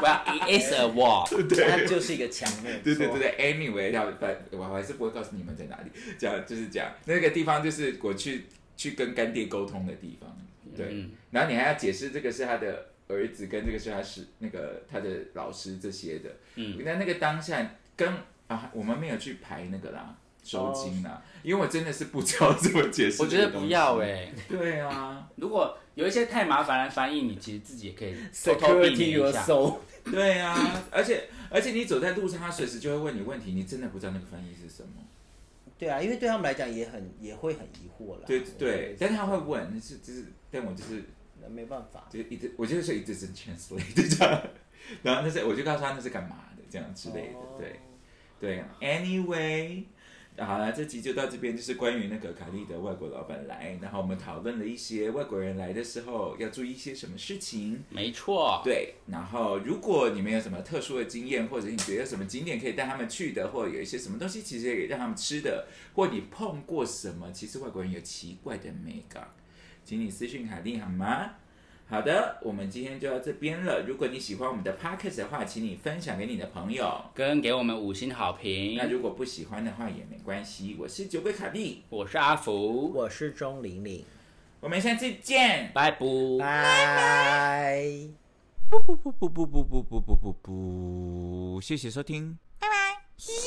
我要 it is a wall，那就是一个强迫。对对对对，anyway，然后反我还是不会告诉你们在哪里，这样就是这样。那个地方就是我去去跟干爹沟通的地方，对。嗯然后你还要解释这个是他的儿子，跟这个是他是那个他的老师这些的。嗯，那那个当下跟啊，我们没有去排那个啦，收金啦，因为我真的是不知道怎么解释。我觉得不要哎、哎、对啊，如果有一些太麻烦的翻译，你其实自己也可以偷偷避 Security 免一 your 下。 soul，对啊，而且而且你走在路上，他随时就会问你问题，你真的不知道那个翻译是什么。对啊，因为对他们来讲也很也会很疑惑啦。对我对，觉但得是他会问，是就是，但我就是那没办法，就是一直，我就是说 it doesn't translate 这样，然后那是我就告诉他那是干嘛的这样之类的，哦对对，anyway。好了，这集就到这边，就是关于那个卡利的外国老板来，然后我们讨论了一些外国人来的时候要注意一些什么事情。没错，对，然后如果你们有什么特殊的经验，或者你觉得有什么景点可以带他们去的，或者有一些什么东西其实也让他们吃的，或你碰过什么，其实外国人有奇怪的美感，请你私讯海丽好吗？好的，我们今天就到这边了。如果你喜欢我们的 podcast 的话，请你分享给你的朋友。跟给我们五星好评那。如果不喜欢的话也没关系，我是酒鬼卡莉，我是阿福，我是钟玲玲，我们下次见。拜拜。拜。不不不不不不不不不不不，谢谢收听，拜拜。